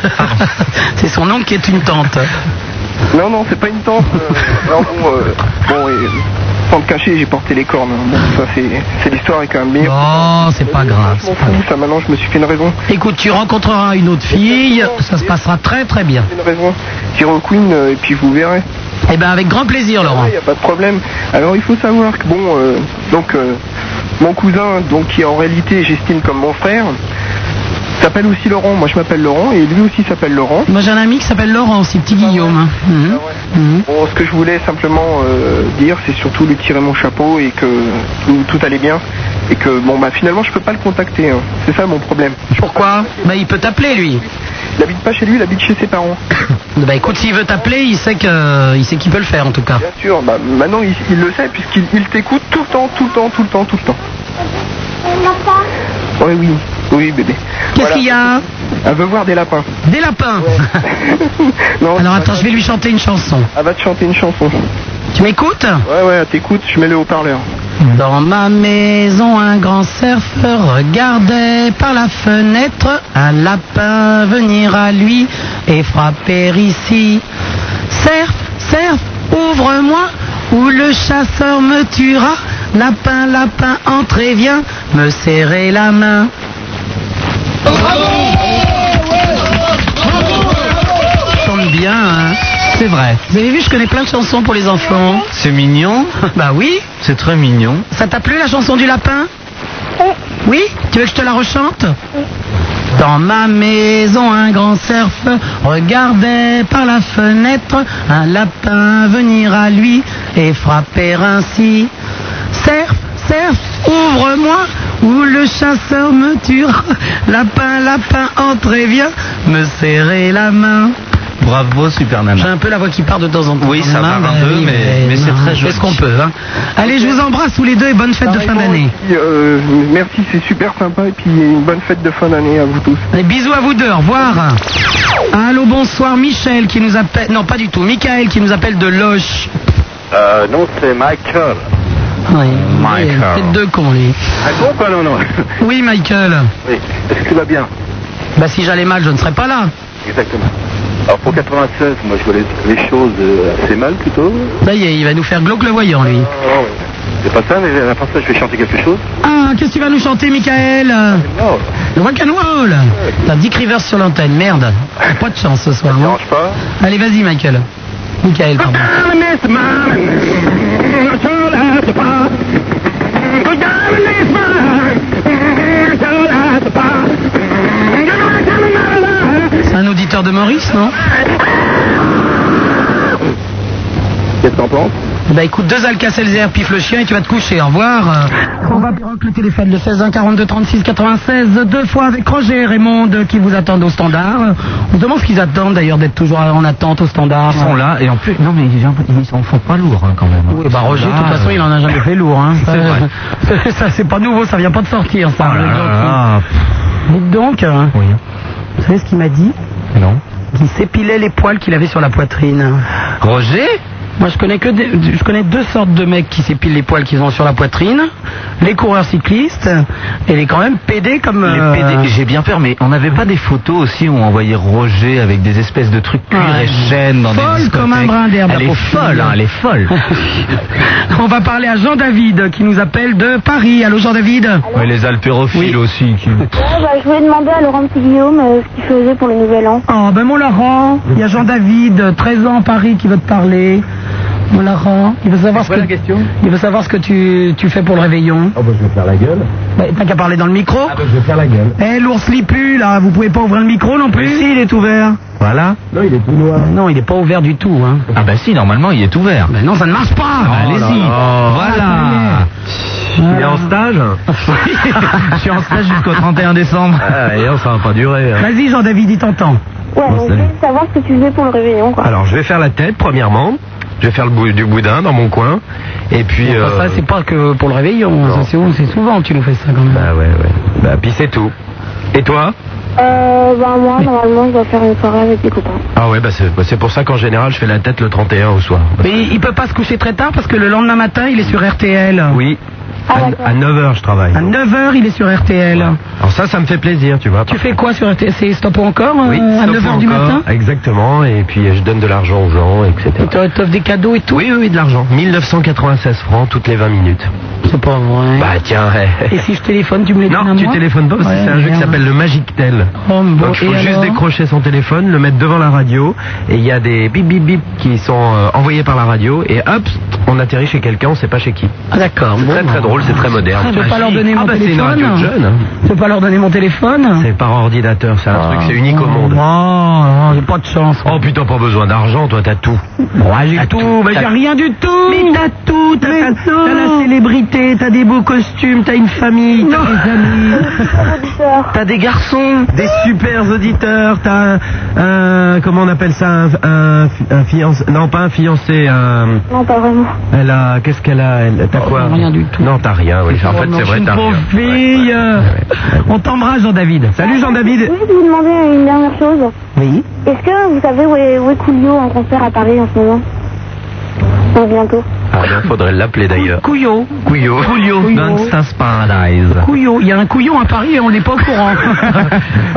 Speaker 1: C'est son oncle qui est une tante.
Speaker 11: Non, non, c'est pas une tante. euh, non, bon, euh, bon, et, sans le cacher, j'ai porté les cornes. hein. Bon, ça, c'est c'est l'histoire est quand même meilleure.
Speaker 1: Oh, c'est pas grave.
Speaker 11: Je
Speaker 1: c'est
Speaker 11: m'en
Speaker 1: pas grave.
Speaker 11: fous, ça maintenant, je me suis fait une raison.
Speaker 1: Écoute, tu rencontreras une autre fille, ça se passera très très bien.
Speaker 11: une raison. J'irai au Queen euh, et puis vous verrez.
Speaker 1: Eh ben avec grand plaisir,
Speaker 11: Il
Speaker 1: Laurent.
Speaker 11: n'y a pas de problème. Alors il faut savoir que bon, euh, donc euh, mon cousin, donc qui en réalité j'estime comme mon frère, s'appelle aussi Laurent. Moi je m'appelle Laurent et lui aussi s'appelle Laurent.
Speaker 1: Moi j'ai un ami qui s'appelle Laurent, c'est petit Guillaume. Mhm. Mhm.
Speaker 11: Bon, ce que je voulais simplement euh, dire, c'est surtout lui tirer mon chapeau et que tout, tout allait bien. Et que bon bah finalement je peux pas le contacter. hein. C'est ça mon problème.
Speaker 1: Pourquoi Bah il peut t'appeler lui.
Speaker 11: Il habite pas chez lui, il habite chez ses parents.
Speaker 1: Bah écoute, s'il veut t'appeler, il sait que il sait qu'il peut le faire en tout cas.
Speaker 11: Bien sûr, bah maintenant il, il le sait puisqu'il il t'écoute tout le temps, tout le temps, tout le temps, tout le temps.
Speaker 4: Papa,
Speaker 11: Oui, oui, oui, bébé.
Speaker 1: Qu'est-ce qu'il y a
Speaker 11: Elle veut voir des lapins.
Speaker 1: Des lapins.
Speaker 11: non,
Speaker 1: Alors
Speaker 11: elle va-
Speaker 1: attends, je vais lui chanter une chanson.
Speaker 11: Elle Ah, va te chanter une chanson.
Speaker 1: Tu m'écoutes
Speaker 11: Ouais, ouais, elle t'écoute, je mets le haut-parleur.
Speaker 1: Dans ma maison, un grand surfeur regardait par la fenêtre un lapin venir à lui et frapper ici. Cerf, cerf, ouvre-moi ou le chasseur me tuera. Lapin, lapin, entrez, viens me serrer la main. Chante bien, hein C'est vrai. Vous avez vu, je connais plein de chansons pour les enfants.
Speaker 5: C'est mignon,
Speaker 1: Bah oui.
Speaker 5: c'est très mignon.
Speaker 1: Ça t'a plu la chanson du lapin Oui Tu veux que je te la rechante Dans ma maison, un grand cerf regardait par la fenêtre un lapin venir à lui et frapper ainsi. Cerf, cerf, ouvre-moi ou le chasseur me tuera. Lapin, lapin, entrez, viens me serrer la main.
Speaker 12: Bravo, super nana.
Speaker 1: J'ai un peu la voix qui part de temps en temps.
Speaker 12: Oui, ça
Speaker 1: Ah,
Speaker 12: part un peu, mais- mais c'est
Speaker 1: non,
Speaker 12: très
Speaker 1: on fait
Speaker 12: joli.
Speaker 1: ce qu'on peut. hein. Allez, je vous embrasse tous les deux et bonne fête de fin d'année.
Speaker 11: Puis, euh, merci, c'est super sympa et puis une bonne fête de fin d'année à vous tous.
Speaker 1: Allez, bisous à vous deux, au revoir. Allô, bonsoir, Michel qui nous appelle. Non, pas du tout, Michael qui nous appelle de Loche.
Speaker 9: Euh, non, c'est Michael.
Speaker 1: Oui,
Speaker 12: Michael.
Speaker 1: C'est deux cons, lui.
Speaker 9: Ah bon, quoi, non, non.
Speaker 1: Oui, Michael.
Speaker 9: Oui, est-ce que tu vas bien
Speaker 1: Bah, si j'allais mal, je ne serais pas là.
Speaker 9: Exactement. Alors pour 96, moi je vois les, les choses euh, assez mal plutôt.
Speaker 1: Ça y est, il va nous faire glauque le voyant, lui.
Speaker 9: Non, c'est pas ça, mais après ça je vais chanter quelque chose.
Speaker 1: Ah, qu'est-ce que tu vas nous chanter, Michael
Speaker 9: Non,
Speaker 1: Le rock'n'roll T'as Dick Rivers sur l'antenne, merde. T'as Pas de chance ce soir, hein.
Speaker 9: ça ne
Speaker 1: non
Speaker 9: dérange pas.
Speaker 1: Allez, vas-y, Michael. Michael, pardon. C'est un auditeur de Maurice, non
Speaker 9: Qu'est-ce que t'en penses
Speaker 1: Eh ben, écoute, deux Alka-Seltzer, pif le chien et tu vas te coucher. Au revoir. On va piroque le téléphone, le 16 1 42 36 96, deux fois avec Roger et Raymond euh, qui vous attendent au standard. On se demande ce qu'ils attendent d'ailleurs d'être toujours en attente au standard.
Speaker 12: Ils sont là et en plus, non mais ils en- ils en font pas lourd hein, quand même.
Speaker 1: Oui, bah Roger, de toute
Speaker 12: Ah,
Speaker 1: façon, il en a jamais fait lourd. Hein.
Speaker 12: C'est vrai.
Speaker 1: Ça, ça, c'est pas nouveau, ça vient pas de sortir, ça.
Speaker 12: Ah là là,
Speaker 1: Dites donc, euh,
Speaker 12: oui.
Speaker 1: vous savez ce qu'il m'a dit
Speaker 12: Non.
Speaker 1: Qu'il s'épilait les poils qu'il avait sur la poitrine.
Speaker 12: Roger
Speaker 1: Moi, je connais que des- je connais deux sortes de mecs qui s'épilent les poils qu'ils ont sur la poitrine les coureurs cyclistes et les quand même pédés comme.
Speaker 12: Les
Speaker 1: euh,
Speaker 12: PD, j'ai bien peur, mais on n'avait pas des photos aussi où on voyait Roger avec des espèces de trucs cuir
Speaker 1: Ouais.
Speaker 12: et chaîne dans
Speaker 1: Folle
Speaker 12: des discothèques.
Speaker 1: comme un brin d'herbe,
Speaker 12: Elle
Speaker 1: la
Speaker 12: est
Speaker 1: pauvre
Speaker 12: folle,
Speaker 1: fille.
Speaker 12: hein, elle est folle.
Speaker 1: On va parler à Jean David qui nous appelle de Paris. Allô, Jean David.
Speaker 12: Ouais, les alpérophiles aussi. qui-
Speaker 8: Ah, bah, je voulais demander à Laurent Petit Guillaume euh, ce qu'il faisait pour le nouvel an.
Speaker 1: Oh, ben mon Laurent, il y a Jean David, 13 ans, Paris, qui veut te parler. Mon Laurent, il veut savoir ce que, il veut savoir ce que tu, tu fais pour le réveillon.
Speaker 2: Oh bah je vais faire la gueule.
Speaker 1: Bah, T'as qu'à parler dans le micro.
Speaker 2: Ah bah je vais faire la gueule.
Speaker 1: Eh, l'ours Lipu, là, vous pouvez pas ouvrir le micro non plus Si, il est ouvert.
Speaker 12: Voilà.
Speaker 2: Non, il est tout noir.
Speaker 1: Non, il est pas ouvert du tout, hein.
Speaker 12: Ah bah si, normalement il est ouvert.
Speaker 1: Ben non, ça ne marche pas.
Speaker 12: Ah, Allez-y.
Speaker 1: Ah,
Speaker 12: Voilà.
Speaker 1: Voilà.
Speaker 12: stage Je suis en stage jusqu'au 31 décembre. Ah, et oh, ça va pas durer. hein.
Speaker 1: Vas-y, Jean David, il t'entend.
Speaker 8: Ouais, donc je
Speaker 12: salut.
Speaker 8: voulais savoir ce que tu faisais pour le réveillon, quoi.
Speaker 2: Alors je vais faire la tête premièrement. Je vais faire le bou- du boudin dans mon coin. Et puis.
Speaker 1: Enfin,
Speaker 2: euh,
Speaker 1: ça, c'est pas que pour le réveillon. hein. Ça,
Speaker 2: Non.
Speaker 1: c'est- C'est souvent que tu nous fais ça quand même.
Speaker 2: Bah ouais ouais. Bah puis c'est tout. Et toi
Speaker 8: Euh, ben moi, normalement, je dois faire une soirée avec des copains.
Speaker 2: Ah ouais bah c'est bah, c'est pour ça qu'en général je fais la tête le 31 au soir.
Speaker 1: Mais il peut pas se coucher très tard parce que le lendemain matin, il est sur RTL.
Speaker 2: Oui.
Speaker 8: Ah,
Speaker 2: à,
Speaker 8: d'accord.
Speaker 2: 9h je travaille.
Speaker 1: À 9h, il est sur RTL.
Speaker 2: Alors ça ça me fait plaisir tu vois.
Speaker 1: Tu fais quoi sur RTL C'est stop ou encore euh,
Speaker 2: Oui,
Speaker 1: à
Speaker 2: stop
Speaker 1: 9h du
Speaker 2: encore.
Speaker 1: matin
Speaker 2: Exactement et puis je donne de l'argent aux gens etc.
Speaker 1: Et t'off- t'offres des cadeaux et tout
Speaker 2: Oui oui oui de l'argent. 1996 francs toutes les 20 minutes.
Speaker 1: C'est pas vrai.
Speaker 2: Bah tiens.
Speaker 1: Et si je téléphone, tu me les donnes à
Speaker 2: Non, tu
Speaker 1: moi
Speaker 2: téléphones pas parce que
Speaker 1: Ouais,
Speaker 2: c'est un jeu qui
Speaker 1: merde.
Speaker 2: s'appelle le Magic Tel.
Speaker 1: Oh, bon,
Speaker 2: Donc il faut
Speaker 1: et
Speaker 2: juste
Speaker 1: alors
Speaker 2: décrocher son téléphone, le mettre devant la radio et il y a des bip bip bip qui sont euh, envoyés par la radio et hop, on atterrit chez quelqu'un, on sait pas chez qui.
Speaker 1: Ah d'accord.
Speaker 2: C'est
Speaker 1: bon,
Speaker 2: très très
Speaker 1: bah.
Speaker 2: drôle, c'est très moderne.
Speaker 1: Je peux pas leur donner
Speaker 2: ah
Speaker 1: mon
Speaker 2: bah c'est une
Speaker 1: téléphone.
Speaker 2: radio de jeune. hein.
Speaker 1: Je peux pas leur donner mon téléphone.
Speaker 2: C'est par ordinateur, c'est un truc, c'est unique au monde.
Speaker 1: Oh, j'ai pas de chance.
Speaker 2: Oh putain, pas besoin d'argent, toi t'as tout.
Speaker 1: Ouais, j'ai tout, mais j'ai rien du tout. Mais t'as tout, t'as, la célébrité, t'as des beaux costumes, t'as une famille, t'as des amis, t'as des garçons,
Speaker 2: Des super auditeurs, t'as un, un- comment on appelle ça, un, un, un fiancé, non pas un fiancé, un,
Speaker 8: Non, pas vraiment.
Speaker 2: Elle a, qu'est-ce qu'elle a elle, T'as
Speaker 1: Oh,
Speaker 2: quoi
Speaker 1: rien du tout.
Speaker 2: Non, t'as rien. Oui. En fait,
Speaker 1: Oh, non,
Speaker 2: c'est
Speaker 1: je
Speaker 2: vrai,
Speaker 1: suis
Speaker 2: t'as
Speaker 1: une
Speaker 2: rien.
Speaker 1: pauvre fille.
Speaker 2: Ouais, ouais, ouais, ouais.
Speaker 1: On t'embrasse, Jean-David.
Speaker 2: Salut Jean-David.
Speaker 8: Oui, je vous demander une dernière chose.
Speaker 1: Oui.
Speaker 8: Est-ce que vous savez où est, où est Coolio en concert à Paris en ce moment Ou bientôt
Speaker 2: Ah bien, faudrait l'appeler d'ailleurs.
Speaker 1: Couillot.
Speaker 2: Couillot. Couillot.
Speaker 12: Gangsta's Paradise.
Speaker 1: Couillot. Il y a un couillon à Paris et on n'est pas au courant.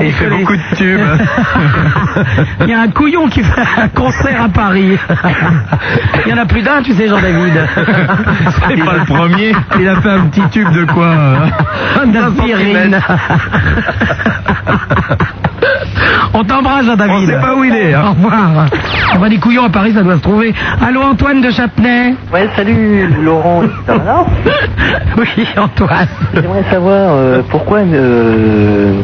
Speaker 2: Il fait beaucoup de tubes.
Speaker 1: Il y a un couillon qui fait un concert à Paris. Il y en a plus d'un, tu sais, Jean-David.
Speaker 12: C'est pas le premier. Il a fait un petit tube de quoi
Speaker 1: hein D'aspirine. On t'embrasse, Jean-David.
Speaker 12: On sait pas où il est, hein.
Speaker 1: Au revoir. On va des couillons à Paris, ça doit se trouver. Allô, Antoine de Châtenay
Speaker 13: Ouais, salut Laurent.
Speaker 1: Oui, Antoine.
Speaker 13: J'aimerais savoir euh, pourquoi euh,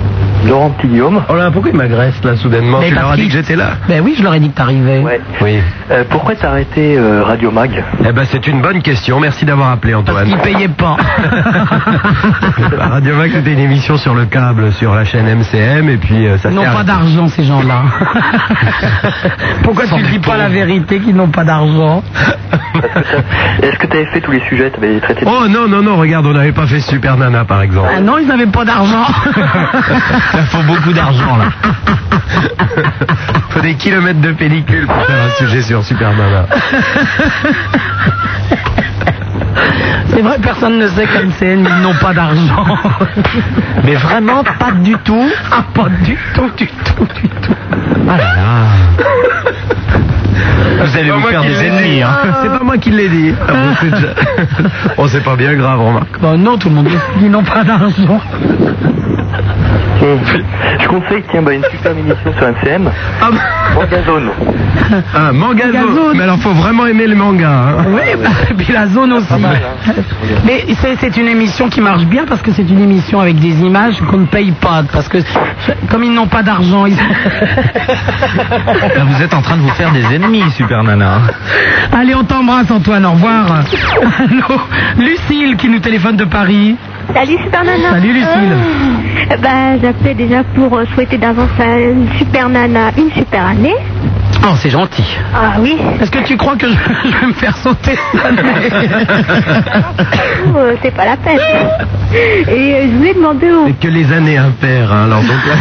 Speaker 2: Laurent Petit Guillaume. Oh là, pourquoi il m'agresse là soudainement Tu leur as dit que j'étais là
Speaker 1: Ben oui, je leur ai dit que t'arrivais.
Speaker 2: Oui.
Speaker 14: Euh, pourquoi t'as arrêté Radio Mag
Speaker 2: Eh ben c'est une bonne question. Merci d'avoir appelé Antoine.
Speaker 1: Ils payaient pas.
Speaker 2: Bah, Radio Max c'était une émission sur le câble, sur la chaîne MCM et puis euh, ça
Speaker 1: Ils n'ont
Speaker 2: sert-
Speaker 1: pas d'argent, ces gens-là. Pourquoi tu dis pas la vérité qu'ils n'ont pas d'argent
Speaker 14: Est-ce que t'avais fait tous les sujets T'avais traité
Speaker 2: Oh non non non, regarde, on n'avait pas fait Super Nana par exemple.
Speaker 1: Ah non, ils n'avaient pas d'argent.
Speaker 2: Ça faut beaucoup d'argent là. faut des kilomètres de pellicule pour faire un sujet sur Super Nana.
Speaker 1: C'est vrai, personne ne sait qu'MCN, ils n'ont pas d'argent.
Speaker 15: Mais vraiment pas du tout.
Speaker 1: ah, pas du tout, du tout, du tout.
Speaker 2: Ah là là. Vous allez vous faire des ennemis
Speaker 1: Ah.
Speaker 2: hein.
Speaker 15: C'est pas moi qui l'ai dit.
Speaker 2: Ah bon, c'est déjà- Bon, Oh, c'est pas bien grave, remarque.
Speaker 1: Bah non, tout le monde dit qu'ils n'ont pas d'argent.
Speaker 14: Je conseille, tiens, bah, une super émission sur MCM.
Speaker 2: Ah, bah,
Speaker 14: Orgazone.
Speaker 2: ah, mangazone.
Speaker 1: Mangazone.
Speaker 2: Mais alors, faut vraiment aimer le manga. hein.
Speaker 1: Oui, bah, et puis la zone
Speaker 14: Ah,
Speaker 1: aussi.
Speaker 14: hein.
Speaker 1: Mais c'est c'est une émission qui marche bien parce que c'est une émission avec des images qu'on ne paye pas. Parce que comme ils n'ont pas d'argent, ils...
Speaker 15: Là, vous êtes en train de vous faire des ennemis, Super Nana.
Speaker 1: Allez, on t'embrasse Antoine, au revoir. Allô, Lucille qui nous téléphone de Paris.
Speaker 8: Salut Super Nana.
Speaker 1: Salut, Lucille.
Speaker 8: Euh, bah, j'appelais déjà pour euh, souhaiter d'avance à une Super Nana une super année.
Speaker 1: Oh, c'est gentil.
Speaker 8: Ah oui.
Speaker 1: Est-ce que tu crois que je, je vais me faire sauter cette année
Speaker 8: Euh, c'est pas la peine. Et euh, je voulais demander au
Speaker 2: Et que les années impaires, hein, alors donc là,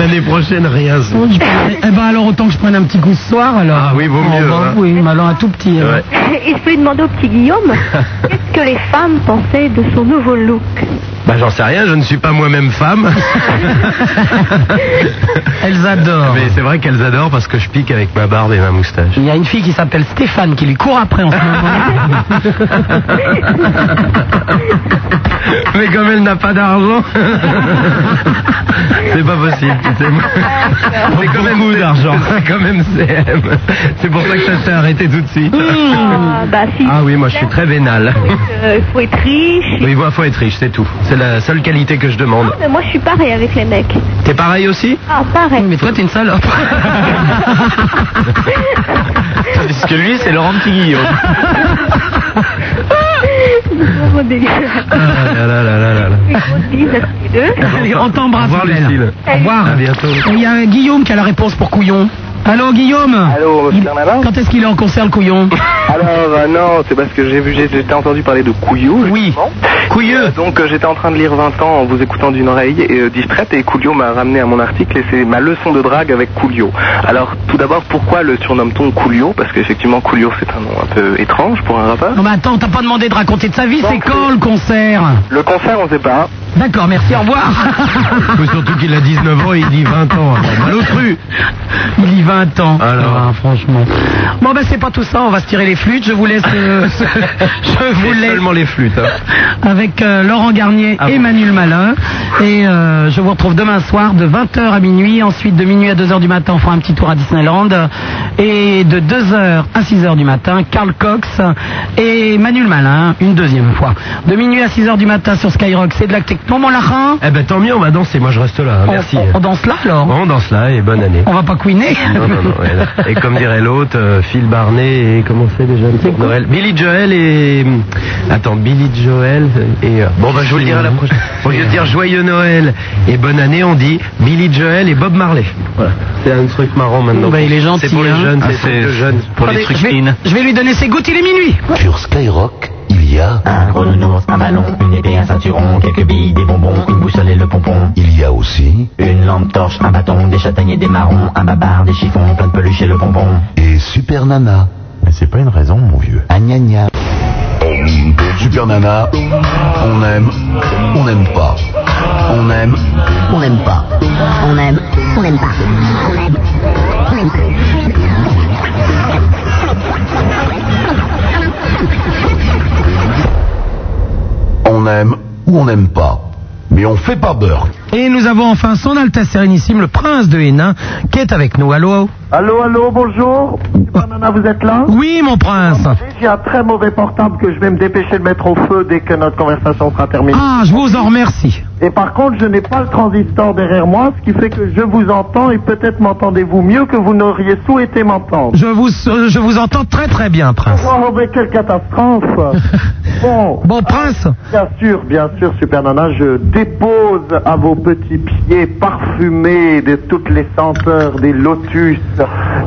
Speaker 2: l'année prochaine rien. c'est-
Speaker 1: Bon, je prends- Eh ben alors autant que je prenne un petit coup ce soir alors.
Speaker 2: Ah oui, vaut
Speaker 1: Oh,
Speaker 2: mieux,
Speaker 1: bah
Speaker 2: hein.
Speaker 1: Oui, mais alors un tout petit. hein.
Speaker 2: Ouais.
Speaker 8: Et je voulais demander au petit Guillaume qu'est-ce que les femmes pensaient de son nouveau look.
Speaker 2: Bah j'en sais rien, je ne suis pas moi-même femme.
Speaker 1: Elles adorent.
Speaker 2: Mais c'est vrai qu'elles adorent parce que je pique avec ma barbe et ma moustache.
Speaker 1: Il y a une fille qui s'appelle Stéphane qui lui court après en ce moment.
Speaker 2: Mais comme elle n'a pas d'argent, c'est pas possible, tu sais. C'est quand même beaucoup d'argent. Quand même CM. C'est pour ça que ça s'est arrêté tout de suite.
Speaker 8: Ah, bah si.
Speaker 2: Ah oui, moi je suis très vénal.
Speaker 8: Euh, faut être riche.
Speaker 2: Oui, moi faut être riche, c'est tout. C'est la seule qualité que je demande.
Speaker 8: Non, mais moi je suis pareil avec les mecs.
Speaker 2: T'es pareil aussi
Speaker 8: Ah pareil.
Speaker 1: Mais toi t'es une salope.
Speaker 15: Ah, Parce que lui, c'est Laurent Petit Guillaume.
Speaker 8: Vraiment dégueulasse.
Speaker 2: Ah là là là là là là.
Speaker 8: Une grosse bise à tous les deux.
Speaker 1: Allez, on t'embrasse.
Speaker 2: Au revoir
Speaker 1: Isabelle.
Speaker 2: Lucille.
Speaker 1: Au revoir.
Speaker 2: À bientôt.
Speaker 1: Il y a Guillaume qui a la réponse pour Couillon. Allô Guillaume
Speaker 11: Allô,
Speaker 1: Il-
Speaker 11: Pierre Nana
Speaker 1: Quand est-ce qu'il est en concert le Couillon
Speaker 11: Alors euh, non, c'est parce que j'ai vu, j'ai- j'étais entendu parler de Couillot.
Speaker 1: Oui.
Speaker 11: justement.
Speaker 1: Couilleux.
Speaker 11: Euh, donc euh, j'étais en train de lire 20 ans en vous écoutant d'une oreille et, euh, distraite et Couillot m'a ramené à mon article et c'est ma leçon de drague avec Couillot. Alors tout d'abord pourquoi le surnomme-t-on Couillot Parce qu'effectivement Couillot c'est un nom un peu étrange pour un rappeur.
Speaker 1: Non mais attends, t'as pas demandé de raconter de sa vie, c'est quand le concert
Speaker 11: Le concert on sait pas. hein.
Speaker 1: D'accord, merci, au revoir.
Speaker 2: Faut surtout qu'il a 19 ans et il dit 20 ans. hein. Malotru
Speaker 1: Il y 20 ans.
Speaker 2: Alors.
Speaker 1: Ah, franchement. Bon ben c'est pas tout ça, on va se tirer les flûtes, je vous laisse euh, je vous
Speaker 2: Et
Speaker 1: laisse
Speaker 2: Seulement les flûtes. hein.
Speaker 1: avec euh, Laurent Garnier
Speaker 2: Ah
Speaker 1: et
Speaker 2: bon.
Speaker 1: Manuel Malin et euh, je vous retrouve demain soir de 20h à minuit, ensuite de minuit à 2h du matin, on fera un petit tour à Disneyland et de 2h à 6h du matin, Carl Cox et Manuel Malin une deuxième fois. De minuit à 6h du matin sur Skyrock, c'est de la techno mon larrin.
Speaker 2: Eh ben tant mieux, on va danser. Moi je reste là. hein.
Speaker 1: On-
Speaker 2: Merci.
Speaker 1: On, on danse là alors
Speaker 2: Bon, on danse là et bonne année.
Speaker 1: On va pas couiner
Speaker 2: Non, non, non, ouais, là. Et comme dirait l'autre, euh, Phil Barnet et comment c'est déjà le Père Noël Billy Joel et. hum, Attends, Billy Joel et. euh, Bon, bah je vous le dirai à la prochaine. Au lieu de dire joyeux Noël et bonne année, on dit Billy Joel et Bob Marley. Voilà. C'est un truc marrant maintenant.
Speaker 1: Bah, il est gentil,
Speaker 2: C'est pour les
Speaker 1: hein.
Speaker 2: jeunes,
Speaker 15: Ah,
Speaker 2: c'est pour
Speaker 15: c'est-
Speaker 2: les jeunes.
Speaker 15: Pour les
Speaker 1: Attendez,
Speaker 15: trucs
Speaker 1: je vais-
Speaker 15: in.
Speaker 1: Je vais lui donner ses gouttes, il est minuit.
Speaker 16: Sur Skyrock, il y a,
Speaker 17: Un gros nounours, un ballon, une épée, un ceinturon, quelques billes, des bonbons, une boussole et le pompon.
Speaker 16: il y a aussi,
Speaker 17: Une lampe torche, un bâton, des châtaigniers, des marrons, un babar, des chiffons, plein de peluches et le bonbon.
Speaker 16: et Super Nana.
Speaker 17: Mais c'est pas une raison, mon vieux.
Speaker 16: Ah, gna, gna. Super Nana, on aime, on n'aime pas. On aime, on n'aime pas.
Speaker 18: On aime, on n'aime pas. On aime, on n'aime pas.
Speaker 16: On aime ou on n'aime pas. Mais on fait pas beurre.
Speaker 1: Et nous avons enfin son Altesse Sérénissime, le prince de Hénin, qui est avec nous. Allô
Speaker 11: Allô, allô, bonjour. Super Nana, vous êtes là
Speaker 1: Oui, mon prince.
Speaker 11: J'ai un très mauvais portable que je vais me dépêcher de mettre au feu dès que notre conversation sera terminée.
Speaker 1: Ah, je vous en remercie.
Speaker 11: Et par contre, je n'ai pas le transistor derrière moi, ce qui fait que je vous entends et peut-être m'entendez-vous mieux que vous n'auriez souhaité m'entendre.
Speaker 1: Je vous, je vous entends très très bien, Prince.
Speaker 11: Oh, mais quelle catastrophe Bon,
Speaker 1: Prince
Speaker 11: Bien sûr, bien sûr, Super Nana, je dépose à vos petits pieds parfumés de toutes les senteurs des lotus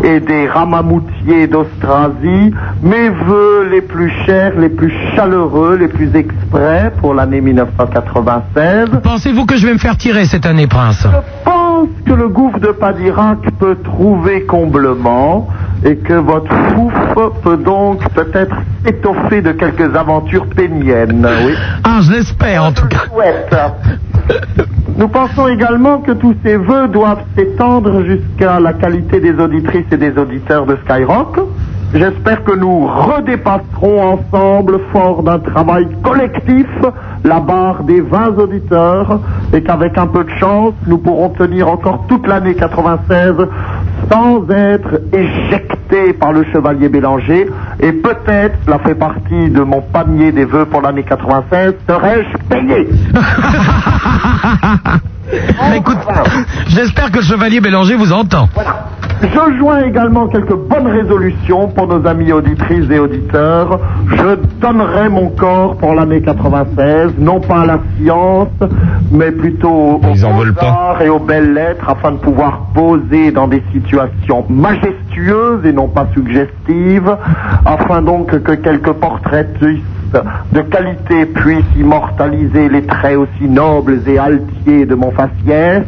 Speaker 11: et des ramamoutiers d'Austrasie mes voeux les plus chers, les plus chaleureux, les plus exprès pour l'année 1996.
Speaker 1: Pensez-vous que je vais me faire tirer cette année, Prince
Speaker 11: Je pense que le gouffre de Padirac peut trouver comblement et que votre fouf peut donc peut-être s'étoffer de quelques aventures péniennes. Oui.
Speaker 1: Ah, je l'espère en tout cas.
Speaker 11: Souhaite. Nous pensons également que tous ces vœux doivent s'étendre jusqu'à la qualité des auditrices et des auditeurs de Skyrock. J'espère que nous redépasserons ensemble, fort d'un travail collectif, la barre des 20 auditeurs et qu'avec un peu de chance, nous pourrons tenir encore toute l'année 96 sans être éjectés par le chevalier Bélanger. Et peut-être, cela fait partie de mon panier des vœux pour l'année 96, serai-je payé
Speaker 1: Mais écoute, j'espère que le chevalier Bélanger vous entend.
Speaker 11: Je joins également quelques bonnes résolutions pour nos amis auditrices et auditeurs. Je donnerai mon corps pour l'année 96, non pas à la science, mais plutôt aux arts et aux belles lettres afin de pouvoir poser dans des situations majestueuses et non pas suggestives, afin donc que quelques portraitistes de qualité puissent immortaliser les traits aussi nobles et altiers de mon faciès.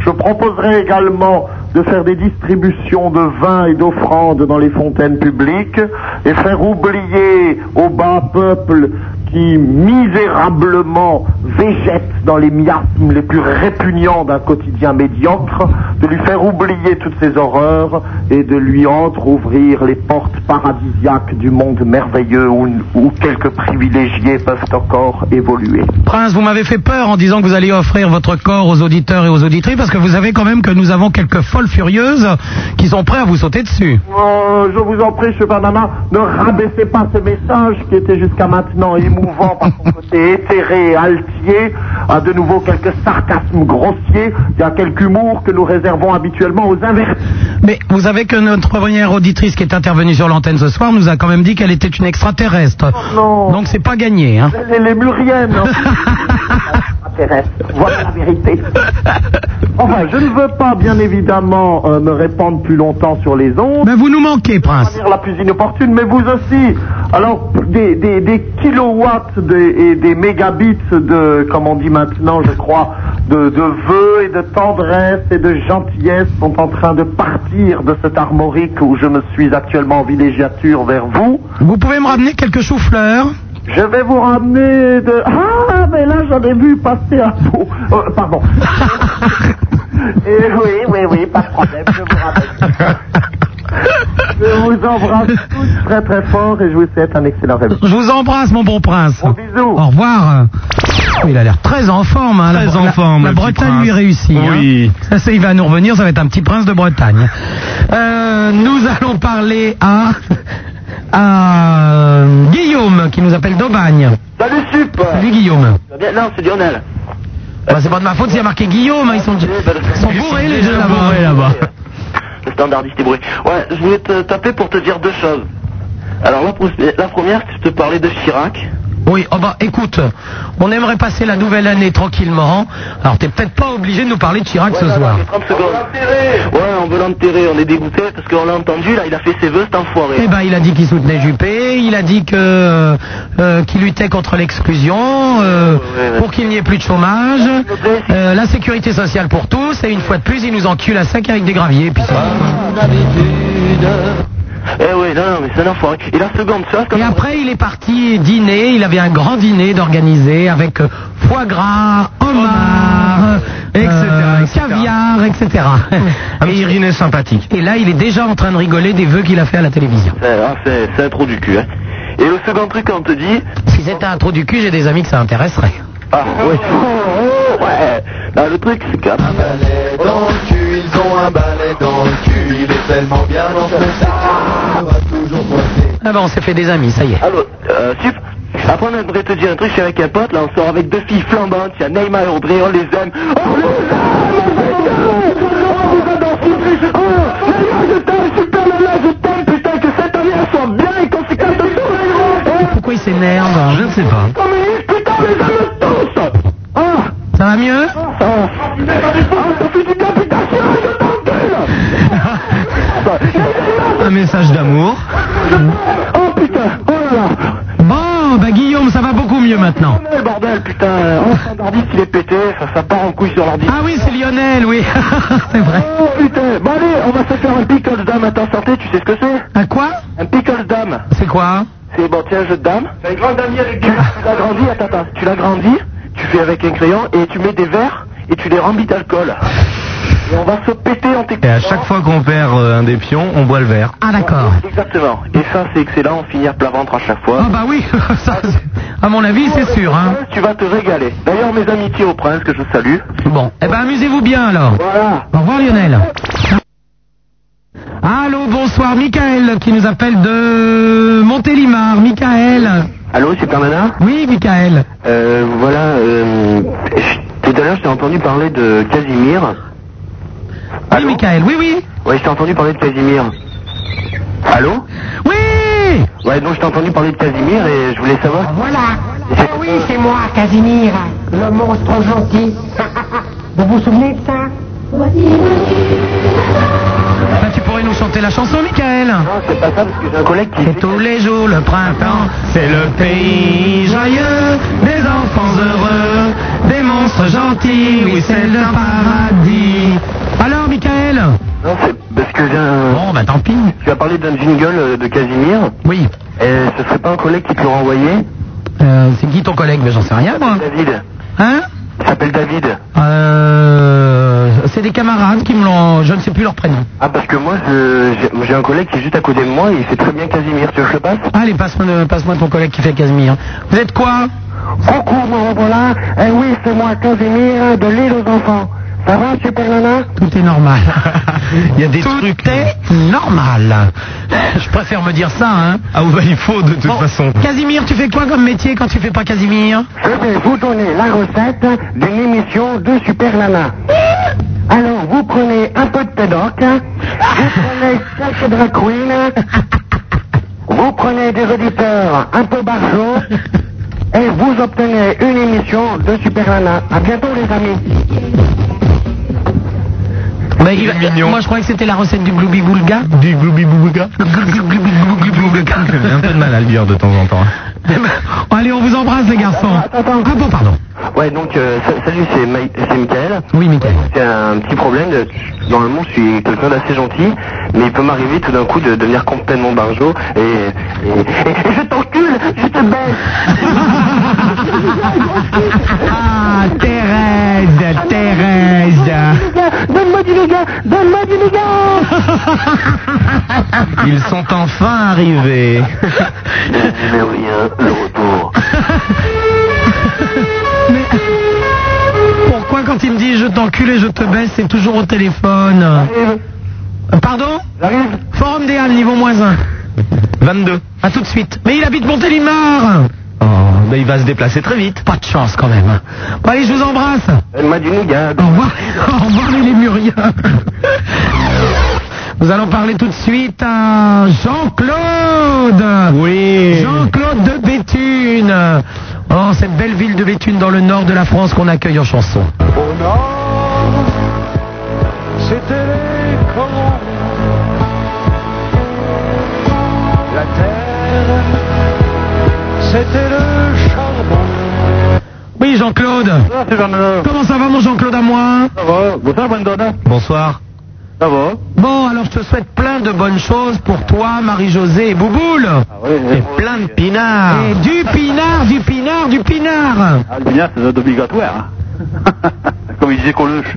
Speaker 11: Je proposerai également de faire des distributions de vins et d'offrandes dans les fontaines publiques et faire oublier au bas peuple qui misérablement végète dans les miasmes les plus répugnants d'un quotidien médiocre, de lui faire oublier toutes ces horreurs et de lui entre-ouvrir les portes paradisiaques du monde merveilleux où, où quelques privilégiés peuvent encore évoluer.
Speaker 1: Prince, vous m'avez fait peur en disant que vous alliez offrir votre corps aux auditeurs et aux auditrices parce que vous savez quand même que nous avons quelques folles furieuses qui sont prêts à vous sauter dessus.
Speaker 11: Euh, je vous en prie, Chevalier Nana, ne rabaissez pas ce message qui était jusqu'à maintenant émouvant par son côté éthéré et altier, à de nouveau quelques sarcasmes grossiers, il y a quelque humour que nous réservons habituellement aux inverses.
Speaker 1: Mais vous savez que notre première auditrice qui est intervenue sur l'antenne ce soir nous a quand même dit qu'elle était une extraterrestre. Donc c'est pas gagné. Hein.
Speaker 11: Les, les muriennes. hein. Intéresse. Voilà la vérité. Enfin, je ne veux pas, bien évidemment, euh, me répandre plus longtemps sur les ondes.
Speaker 1: Mais vous nous manquez, Prince.
Speaker 11: De manière la plus inopportune, mais vous aussi. Alors, des, des- des kilowatts de- et des mégabits de, comme on dit maintenant, je crois, de, de vœux et de tendresse et de gentillesse sont en train de partir de cet armorique où je me suis actuellement en villégiature vers vous.
Speaker 1: Vous pouvez me ramener quelques choux-fleurs
Speaker 11: Je vais vous ramener de... Ah, mais là, j'en ai vu passer un pot. Euh, pardon. Et oui, oui,
Speaker 5: Eh
Speaker 11: oui, pas de problème, je vous rappelle. Je vous embrasse tous très très fort et je vous souhaite un excellent réveil.
Speaker 1: Je vous embrasse, mon bon prince. Au revoir. Oh, Il a l'air très en forme. hein, la,
Speaker 19: Très en
Speaker 1: la-
Speaker 19: forme,
Speaker 1: La
Speaker 19: le petit
Speaker 1: Bretagne lui
Speaker 19: prince.
Speaker 1: réussit. hein.
Speaker 19: Oui.
Speaker 1: Ça, c'est- il va nous revenir. Ça va être un petit prince de Bretagne. Euh, nous allons parler à, à Guillaume qui nous appelle d'Aubagne.
Speaker 2: Salut Sup euh.
Speaker 1: Salut Guillaume.
Speaker 2: Non, c'est Lionel.
Speaker 1: Bah, c'est pas de ma faute s'il y a marqué Guillaume. hein, Ils sont, ils sont bourrés les deux là-bas.
Speaker 2: Le standardiste est bourré. Ouais, je voulais te taper pour te dire deux choses. Alors la, pro- la première, je te parlais de Chirac.
Speaker 1: Oui, oh bah écoute, on aimerait passer la nouvelle année tranquillement. Alors t'es peut-être pas obligé de nous parler de Chirac ce soir.
Speaker 2: 30 secondes. Ouais, on veut l'enterrer, on est dégoûté parce qu'on l'a entendu, là, il a fait ses vœux, cet enfoiré.
Speaker 1: Eh ben, il a dit qu'il soutenait Juppé, il a dit que euh, euh, qu'il luttait contre l'exclusion, euh, pour qu'il n'y ait plus de chômage, euh, la sécurité sociale pour tous, et une fois de plus, il nous encule à sec avec des graviers. Puis c'est-
Speaker 2: Eh oui, non, non, mais c'est un enfoiré. Et la seconde, ça,
Speaker 1: et après, il est parti dîner, il avait un grand dîner d'organiser avec euh, foie gras, homard, euh, caviar, etc. Un petit dîner sympathique. Et là, il est déjà en train de rigoler des vœux qu'il a fait à la télévision.
Speaker 2: c'est, ah, c'est- c'est un trou du cul, hein. Et le second truc, on te dit,
Speaker 1: Si c'était un trou du cul, j'ai des amis que ça intéresserait.
Speaker 2: Ah, ouais. Oh, ouais. Là, le truc, c'est euh, qu'un balai dans le cul, ils ont un balai dans le cul, il est tellement bien dans ce sac.
Speaker 1: Ah ben, on s'est fait des amis, ça y est.
Speaker 2: Allô, euh, Sup
Speaker 20: Après, on devrait te dire un truc, c'est avec un pote, là, on sort avec deux filles flambantes, il y a Neymar et Audrey, on les aime. On les aime Ah,
Speaker 1: Pourquoi il s'énerve Je ne sais pas.
Speaker 20: Ah,
Speaker 1: Ça va mieux Un message d'amour.
Speaker 20: Oh putain, oh là là
Speaker 1: Bon, bah Guillaume, ça va beaucoup mieux maintenant.
Speaker 20: Lionel, bordel, putain, enfin d'arbitre, il est pété, ça, ça part en couille sur l'ordi.
Speaker 1: Ah oui, c'est Lionel, oui. c'est vrai.
Speaker 20: Oh putain, bon allez, on va se faire un pickle dame à ta santé, tu sais ce que c'est
Speaker 1: Un quoi
Speaker 20: Un pickle dame.
Speaker 1: C'est quoi
Speaker 20: C'est bon, tiens, un jeu de dame. C'est un grand ami avec des... Tu l'as grandi, attends, attends, tu l'as grandi, tu fais avec un crayon et tu mets des verres et tu les remplis d'alcool. Et on va se péter en
Speaker 21: Et à chaque fois qu'on perd euh, un des pions, on boit le verre.
Speaker 1: Ah d'accord.
Speaker 20: Exactement. Et ça, c'est excellent, on finit à plat ventre à chaque fois.
Speaker 1: Ah bah oui, ça, c'est- à mon avis, c'est sûr. Hein.
Speaker 20: Tu vas te régaler. D'ailleurs, mes amitiés au prince que je salue.
Speaker 1: Bon, eh ben amusez-vous bien alors. Au revoir Lionel. Allô, bonsoir, Michael qui nous appelle de Montélimar. Michael.
Speaker 2: Allô, Super Nana
Speaker 1: Oui, Michael.
Speaker 2: Euh, voilà, euh, je- tout à l'heure, je t'ai entendu parler de Casimir.
Speaker 1: Oui, Michael, oui, oui.
Speaker 2: Ouais, je t'ai entendu parler de Casimir. Allô
Speaker 1: Oui
Speaker 2: Ouais, donc je t'ai entendu parler de Casimir et je voulais savoir.
Speaker 22: Voilà. Ah oui, c'est moi, Casimir, le monstre gentil. vous vous souvenez de ça
Speaker 1: Bah, tu pourrais nous chanter la chanson, Michael. Non,
Speaker 20: c'est pas ça parce que j'ai un collègue qui.
Speaker 1: C'est tous les jours le printemps, c'est le pays joyeux, des enfants heureux, des monstres gentils, oui, c'est le paradis. Alors, Michael
Speaker 2: Non, c'est parce que j'ai un.
Speaker 1: Bon, bah tant pis.
Speaker 2: Tu as parlé d'un jingle euh, de Casimir.
Speaker 1: Oui.
Speaker 2: Et ce serait pas un collègue qui te l'aurait envoyé
Speaker 1: Euh, C'est qui ton collègue Mais j'en sais rien, moi.
Speaker 2: David.
Speaker 1: Hein
Speaker 2: Il s'appelle David.
Speaker 1: Euh, c'est des camarades qui me l'ont. Je ne sais plus leur prénom.
Speaker 2: Ah, parce que moi, je- j'ai j'ai un collègue qui est juste à côté de moi et il fait très bien Casimir. Tu veux que je le passe
Speaker 1: Allez, passe-moi passe ton collègue qui fait Casimir. Vous êtes quoi
Speaker 22: Coucou, me revoilà. Eh oui, c'est moi, Casimir, de l'île aux enfants. Ça va, Super Nana
Speaker 1: Tout est normal. Il y a des trucs. hein. Tout est normal. Je préfère me dire ça, hein.
Speaker 21: Ah bah il faut de toute façon.
Speaker 1: Casimir, tu fais quoi comme métier quand tu fais pas Casimir
Speaker 22: Je vais vous donner la recette d'une émission de Super Nana. Alors, vous prenez un peu de pédoc, vous prenez quelques drag queens, vous prenez des auditeurs un peu barjots, et vous obtenez une émission de Super Nana. À bientôt, les amis.
Speaker 1: Mais Bah, il- Moi, je croyais que c'était la recette du Glooby Boulga. Du Glooby Boulga.
Speaker 21: J'ai un peu de mal à le dire de temps en temps. hein.
Speaker 1: Allez, on vous embrasse, les garçons. Ah bon, pardon.
Speaker 2: Ouais, donc, euh, sa- salut, c'est Mi- c'est Michael.
Speaker 1: Oui, Michael.
Speaker 2: C'est un petit problème. de- Normalement, je suis quelqu'un d'assez gentil, mais il peut m'arriver tout d'un coup de devenir complètement barjot et, et- et- et je t'encule, je te
Speaker 1: Ah, Thérèse, Thérèse.
Speaker 22: Donne-moi du méga, donne-moi du méga
Speaker 21: Ils sont enfin arrivés.
Speaker 1: Pourquoi quand il me dit je t'encule et je te baisse, c'est toujours au téléphone Euh, Pardon Forum des Halles, niveau moins 1.
Speaker 21: 22.
Speaker 1: A tout de suite. Mais il habite Montélimar
Speaker 21: Oh, bah, il va se déplacer très vite.
Speaker 1: Pas de chance quand même. Bon, allez, je vous embrasse.
Speaker 2: Donne-moi du nougat.
Speaker 1: Au revoir, au revoir les Lémuriens. Nous allons parler tout de suite à Jean-Claude.
Speaker 21: Oui.
Speaker 1: Jean-Claude de Béthune. Oh, cette belle ville de Béthune dans le nord de la France qu'on accueille en chanson.
Speaker 23: C'était les colons. La terre, c'était le charbon.
Speaker 1: Oui, Jean-Claude. Comment ça va, mon Jean-Claude à moi
Speaker 23: Ça va, bonsoir, Brandon.
Speaker 21: Bonsoir.
Speaker 23: Ça va
Speaker 1: Bon, alors je te souhaite plein de bonnes choses pour toi, Marie-Josée et Bouboule.
Speaker 23: oui.
Speaker 1: et plein de pinards. Et du pinard, du pinard, du pinard.
Speaker 23: Ah, le bien, c'est obligatoire. hein. Comme il disait Coluche.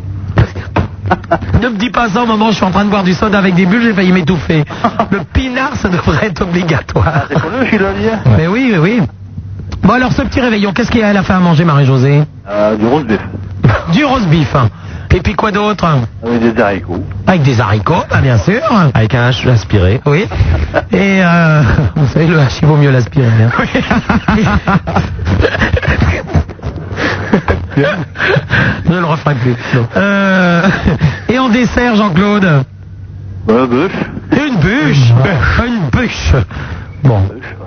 Speaker 1: Ne me dis pas ça au moment où je suis en train de boire du soda avec des bulles, j'ai failli m'étouffer. Le pinard, ça devrait être obligatoire.
Speaker 23: Coluche, il a dit. hein.
Speaker 1: Mais oui, oui, oui. Bon, alors ce petit réveillon, qu'est-ce qu'elle a fait à manger, Marie-Josée
Speaker 2: Ah,
Speaker 23: Euh, du rose beef.
Speaker 1: Du roast beef. Et puis quoi d'autre
Speaker 2: Ah,
Speaker 23: Avec des haricots.
Speaker 1: Avec des haricots, bah, bien sûr.
Speaker 21: Avec un H aspiré.
Speaker 1: Oui. Et euh, vous savez, le, vache, il vaut mieux l'aspirine. hein. Je ne le referai plus. non. Euh, et en dessert, Jean-Claude
Speaker 2: Une bûche.
Speaker 1: Une bûche Une bûche Bon.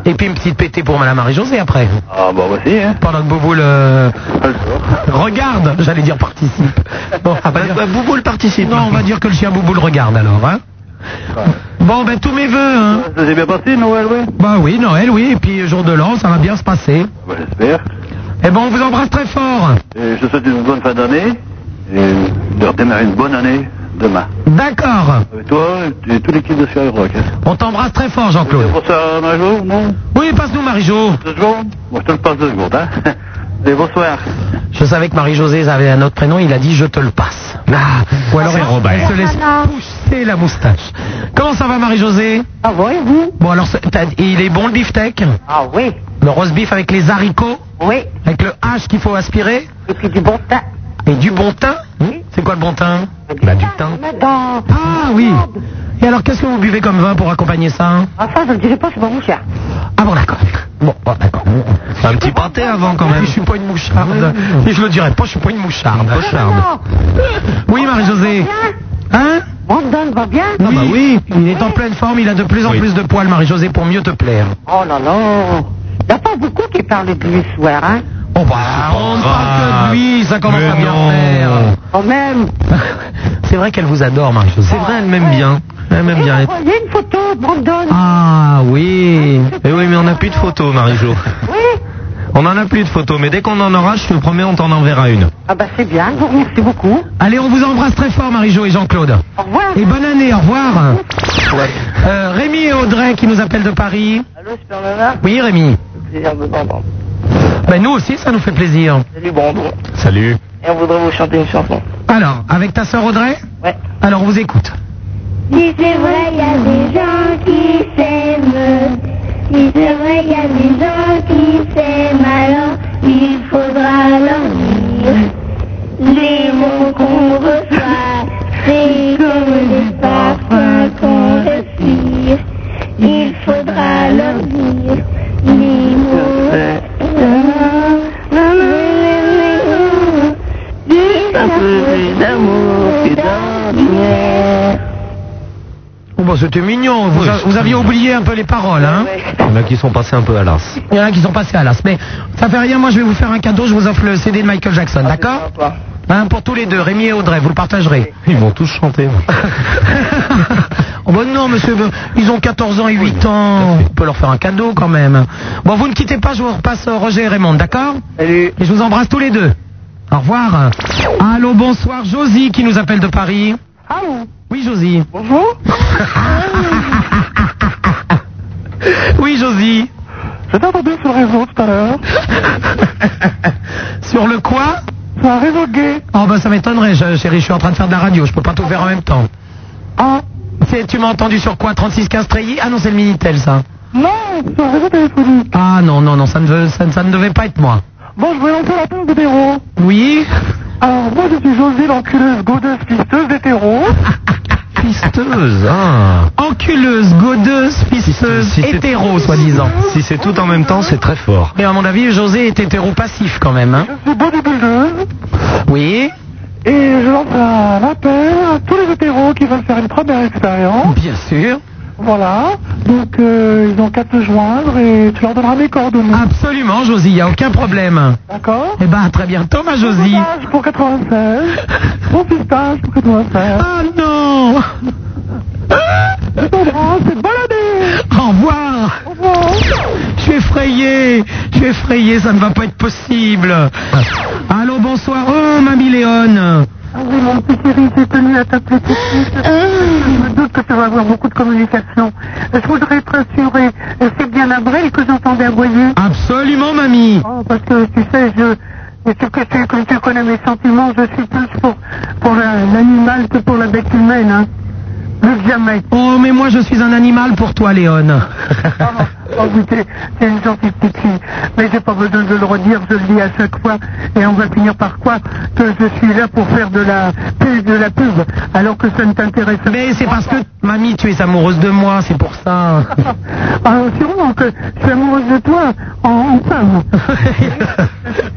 Speaker 1: Et puis une petite pétée pour Madame Marie-Josée après.
Speaker 2: Ah, bah voici, hein.
Speaker 1: Pendant que Bouboule euh, regarde, j'allais dire participe. Bon, on va dire... Bah, Bouboule participe. Non, on va dire que le chien Bouboule regarde alors, hein. Bon, ben tous mes voeux, hein.
Speaker 2: Ça s'est bien passé, Noël, oui
Speaker 1: Bah oui, Noël, oui, et puis jour de l'an, ça va bien se passer.
Speaker 2: Bah, j'espère.
Speaker 1: Eh ben, on vous embrasse très fort.
Speaker 2: Et je te souhaite une bonne fin d'année et de redémarrer une bonne année demain.
Speaker 1: D'accord.
Speaker 2: Et toi et toute l'équipe de Skyrock. Hein.
Speaker 1: On t'embrasse très fort, Jean-Claude.
Speaker 2: C'est pour ça, Majo, non
Speaker 1: Oui, passe-nous, Marie-Jo.
Speaker 2: Deux secondes Moi, je te le passe deux secondes, hein. Et bonsoir.
Speaker 1: Je savais que Marie-Josée avait un autre prénom, il a dit je te le passe. Ah, ou alors elle, elle se laisse pousser la moustache. Comment ça va Marie-Josée Ah oui, vous Bon alors, c'est- t'as- il est bon le beefsteak Ah oui. Le roast beef avec les haricots Oui. Avec le H qu'il faut aspirer Et puis du bon thym. Et du bon thym C'est quoi le bon thym Bah du thym. Ah oui. Et alors qu'est-ce que vous buvez comme vin pour accompagner ça hein
Speaker 5: Ah ça, je ne dirais pas, c'est pas mon cher.
Speaker 1: Ah bon d'accord. Bon, bon, d'accord. Un petit pâté avant quand même. Je suis pas une moucharde. Et je le dirais pas, je suis pas une moucharde. Oui, Marie-Josée. Hein Brandon va bien Non, bah oui, il est en pleine forme, il a de plus en plus de poils, Marie-Josée, pour mieux te plaire.
Speaker 5: Oh là là. Il n'y a pas beaucoup qui parlent de lui ce soir, hein.
Speaker 1: Oh bah, on ne parle que de lui, ça commence à bien faire.
Speaker 5: Quand même.
Speaker 1: C'est vrai qu'elle vous adore, Marie-Josée. C'est vrai, elle m'aime bien. Elle m'aime bien.
Speaker 5: Il y a une photo, Brandon.
Speaker 1: Ah oui.
Speaker 11: Eh oui, mais on n'a plus de photos, Marie-Jo.
Speaker 5: Oui.
Speaker 11: On n'en a plus de photos, mais dès qu'on en aura, je te promets, on t'en enverra une.
Speaker 5: Ah bah c'est bien, je vous remercie beaucoup.
Speaker 1: Allez, on vous embrasse très fort, Marie-Jo et Jean-Claude.
Speaker 5: Au revoir.
Speaker 1: Et bonne année, au revoir. Euh, Rémi et Audrey qui nous appellent de Paris.
Speaker 5: Allô, Super Nana
Speaker 1: Oui, Rémi.
Speaker 5: Plaisir de t'entendre.
Speaker 1: Ben, nous aussi, ça nous fait plaisir.
Speaker 5: Salut, Brandon.
Speaker 11: Salut.
Speaker 5: Et on voudrait vous chanter une chanson.
Speaker 1: Alors, avec ta sœur Audrey
Speaker 5: Ouais.
Speaker 1: Alors, on vous écoute.
Speaker 4: Si c'est vrai, il y a des gens qui s'aiment. Si c'est vrai, il y a des gens qui s'aiment. Alors, il faudra leur dire les mots qu'on reçoit. C'est comme des parfums qu'on respire. Il faudra leur dire les mots.
Speaker 1: Oh, bah, c'était mignon. Vous, a- vous aviez oublié un peu les paroles, hein
Speaker 11: Il y en a qui sont passés un peu à l'as.
Speaker 1: Il y en a qui sont passés à l'as. Mais ça fait rien, moi je vais vous faire un cadeau, je vous offre le CD de Michael Jackson, d'accord Hein, Pour tous les deux, Rémi et Audrey, vous le partagerez.
Speaker 11: Ils vont tous chanter.
Speaker 1: Oh, bah non, monsieur, ils ont 14 ans et 8 ans. On peut leur faire un cadeau quand même. Bon, vous ne quittez pas, je vous repasse euh, Roger et Raymond, d'accord Salut. Et je vous embrasse tous les deux. Au revoir. Allô, bonsoir, Josie qui nous appelle de Paris. Allô Oui, Josie. Bonjour. oui, Josie.
Speaker 20: Je t'ai entendu sur le réseau tout à l'heure.
Speaker 1: Sur le quoi Sur un réseau gay. Oh bah ça m'étonnerait, je- chérie, je suis en train de faire de la radio, je peux pas tout faire en même temps. Ah C'est- Tu m'as entendu sur quoi 3615 Treillis Ah non, c'est le Minitel ça.
Speaker 20: Non, sur le réseau téléphonique.
Speaker 1: Ah non, non, non, ça ne, veut- ça, ne- ça ne devait pas être moi.
Speaker 20: Bon, je vais lancer la page d'hétéro.
Speaker 1: Oui
Speaker 20: Alors, moi, je suis José, l'enculeuse, godeuse, pisteuse d'hétéro.
Speaker 11: Pisteuse, hein.
Speaker 1: Enculeuse, godeuse, pisteuse,
Speaker 11: c'est-
Speaker 1: hétéro soi-disant.
Speaker 11: Si c'est tout en même temps, c'est très fort.
Speaker 1: Et à mon avis, José est hétéro passif quand même. Hein
Speaker 20: Je suis bodybuildeuse.
Speaker 1: oui
Speaker 20: Et je lance un appel à tous les hétéros qui veulent faire une première expérience.
Speaker 1: Bien sûr.
Speaker 20: Voilà. Donc, euh, ils ont qu'à te joindre et tu leur donneras mes coordonnées.
Speaker 1: Absolument, Josie, il n'y a aucun problème.
Speaker 20: D'accord
Speaker 1: Eh ben, à très bientôt, ma Josie.
Speaker 20: Pistage pour 96. Bon pistage pour 96.
Speaker 1: Ah non Ah
Speaker 20: Je t'embrasse et bonne année
Speaker 1: Au revoir. Je suis effrayé. Je suis effrayé. Ça ne va pas être possible. Allô, bonsoir. Oh, mamie Léone.
Speaker 20: Ah oui, mon petit chéri, j'ai tenu à t'appeler tout de suite. Je me doute que tu vas avoir beaucoup de communication. Je voudrais te rassurer, c'est bien Abrel que j'entendais aboyer.
Speaker 1: Absolument, mamie.
Speaker 20: Oh, parce que tu sais, je... et tu, que tu, que tu connais mes sentiments, je suis plus pour, pour la- l'animal que pour la bête humaine. hein.
Speaker 1: Le diamètre. Oh, mais moi, je suis un animal pour toi, Léon.
Speaker 24: Oh oui, t'es t'es une gentille petite fille. Mais j'ai pas besoin de le redire, je le dis à chaque fois. Et on va finir par croire que je suis là pour faire de la, pu- de la pub, alors que ça ne t'intéresse pas.
Speaker 1: Mais c'est parce que, mamie, tu es amoureuse de moi, c'est pour ça.
Speaker 24: Ah, sûrement que je suis amoureuse de toi en, en femme.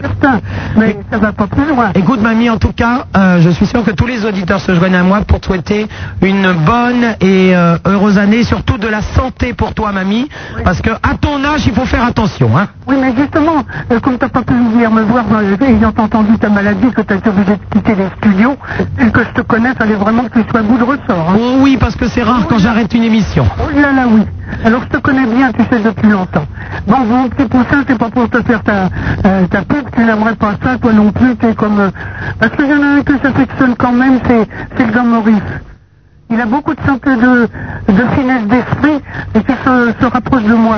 Speaker 1: Putain, mais ça va pas plus loin. Écoute, mamie, en tout cas, euh, je suis sûr que tous les auditeurs se joignent à moi pour te souhaiter une bonne et euh, heureuse année, surtout de la santé pour toi, mamie, parce que à ton âge, il faut faire attention, hein.
Speaker 24: Oui, mais justement, euh, comme t'as pas pu venir me voir, euh, ayant entendu ta maladie, que t'as été obligé de quitter les studios, et que je te connais, fallait vraiment que tu sois bout de ressort. hein.
Speaker 1: Oh oui, parce que c'est rare quand j'arrête une émission.
Speaker 24: Oh là là, oui. Alors je te connais bien, tu sais, depuis longtemps. Bon, bon, petit poussin, c'est pas pour te faire ta, euh, ta pub, tu n'aimerais pas ça, toi non plus, t'es comme... euh, parce qu'il y en a un que j'affectionne quand même, c'est, c'est le gars Maurice. Il a beaucoup de santé de, de finesse d'esprit et qui se, se rapproche de moi.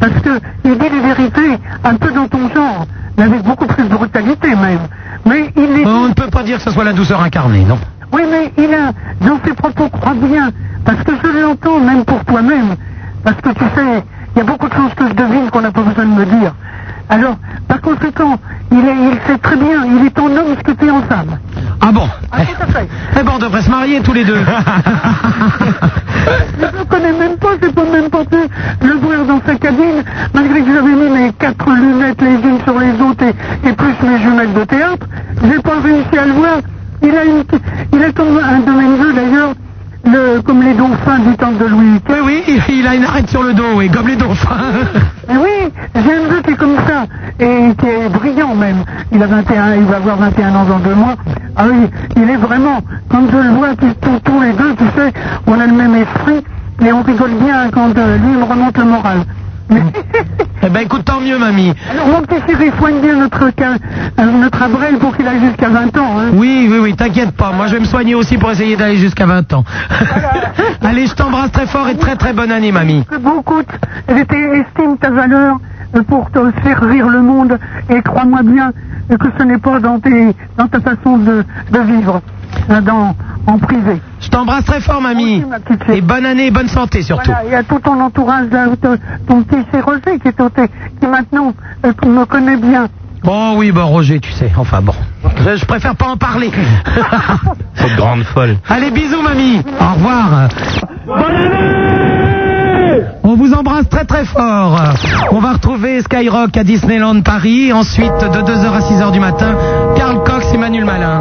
Speaker 24: Parce que il dit les vérités un peu dans ton genre, mais avec beaucoup plus de brutalité même. Mais il les
Speaker 1: On ne peut pas dire que ce soit la douceur incarnée, non
Speaker 24: oui, mais il a, dans ses propos, crois bien, parce que je l'entends, même pour toi-même, parce que tu sais, il y a beaucoup de choses que je devine qu'on n'a pas besoin de me dire. Alors, par conséquent, il, est, il sait très bien, il est en homme ce que tu es en femme.
Speaker 1: Ah bon
Speaker 24: tout à fait.
Speaker 1: Eh ben, on devrait se marier tous les deux.
Speaker 24: Je ne le connais même pas, je n'ai pas même pas pu le voir dans sa cabine, malgré que j'avais mis mes quatre lunettes les unes sur les autres et, et plus mes jumelles de théâtre. J'ai pas réussi à le voir. Il a, une, il a comme un de mes neveux, d'ailleurs, le, comme les dauphins du temps de Louis VIII.
Speaker 1: Eh Oui, oui, il a une arête sur le dos, et comme les dauphins.
Speaker 24: Mais oui, j'ai un neveu qui est comme ça, et qui est brillant même. Il a 21, il va avoir 21 ans dans deux mois. Ah oui, il est vraiment, quand je le vois, tous, tous- tous les deux, tu sais, on a le même esprit, mais on rigole bien quand euh, lui il me remonte le moral.
Speaker 1: eh ben, écoute, tant mieux, mamie.
Speaker 24: Alors mon petit chéri, soigne bien notre, ca- euh, notre Abrel pour qu'il aille jusqu'à 20 ans. hein.
Speaker 1: Oui, oui, oui, t'inquiète pas. Moi, je vais me soigner aussi pour essayer d'aller jusqu'à 20 ans. Allez, je t'embrasse très fort et très très bonne année, mamie.
Speaker 24: Que beaucoup de- je t'ai- estime ta valeur euh, pour te servir le monde et crois-moi bien euh, que ce n'est pas dans, tes, dans ta façon de, de vivre, euh, dans, en privé.
Speaker 1: Je t'embrasse très fort, mamie. Et bonne année, et bonne santé surtout.
Speaker 24: Voilà, et à tout ton entourage, là, ton, ton petit chéri Roger qui, est au- qui maintenant euh, me connaît bien.
Speaker 1: Bon, oui, bon, Roger, tu sais. Enfin, bon. Je, je préfère pas en parler.
Speaker 25: Cette grande folle.
Speaker 1: Allez, bisous, mamie. Au revoir. On vous embrasse très très fort. On va retrouver Skyrock à Disneyland Paris. Ensuite, de 2h à 6h du matin, Karl Cox et Manuel Malin.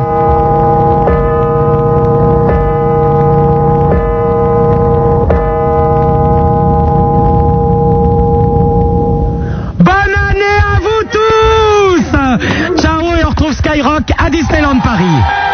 Speaker 1: Bonne année à vous tous Ciao et on retrouve Skyrock à Disneyland Paris.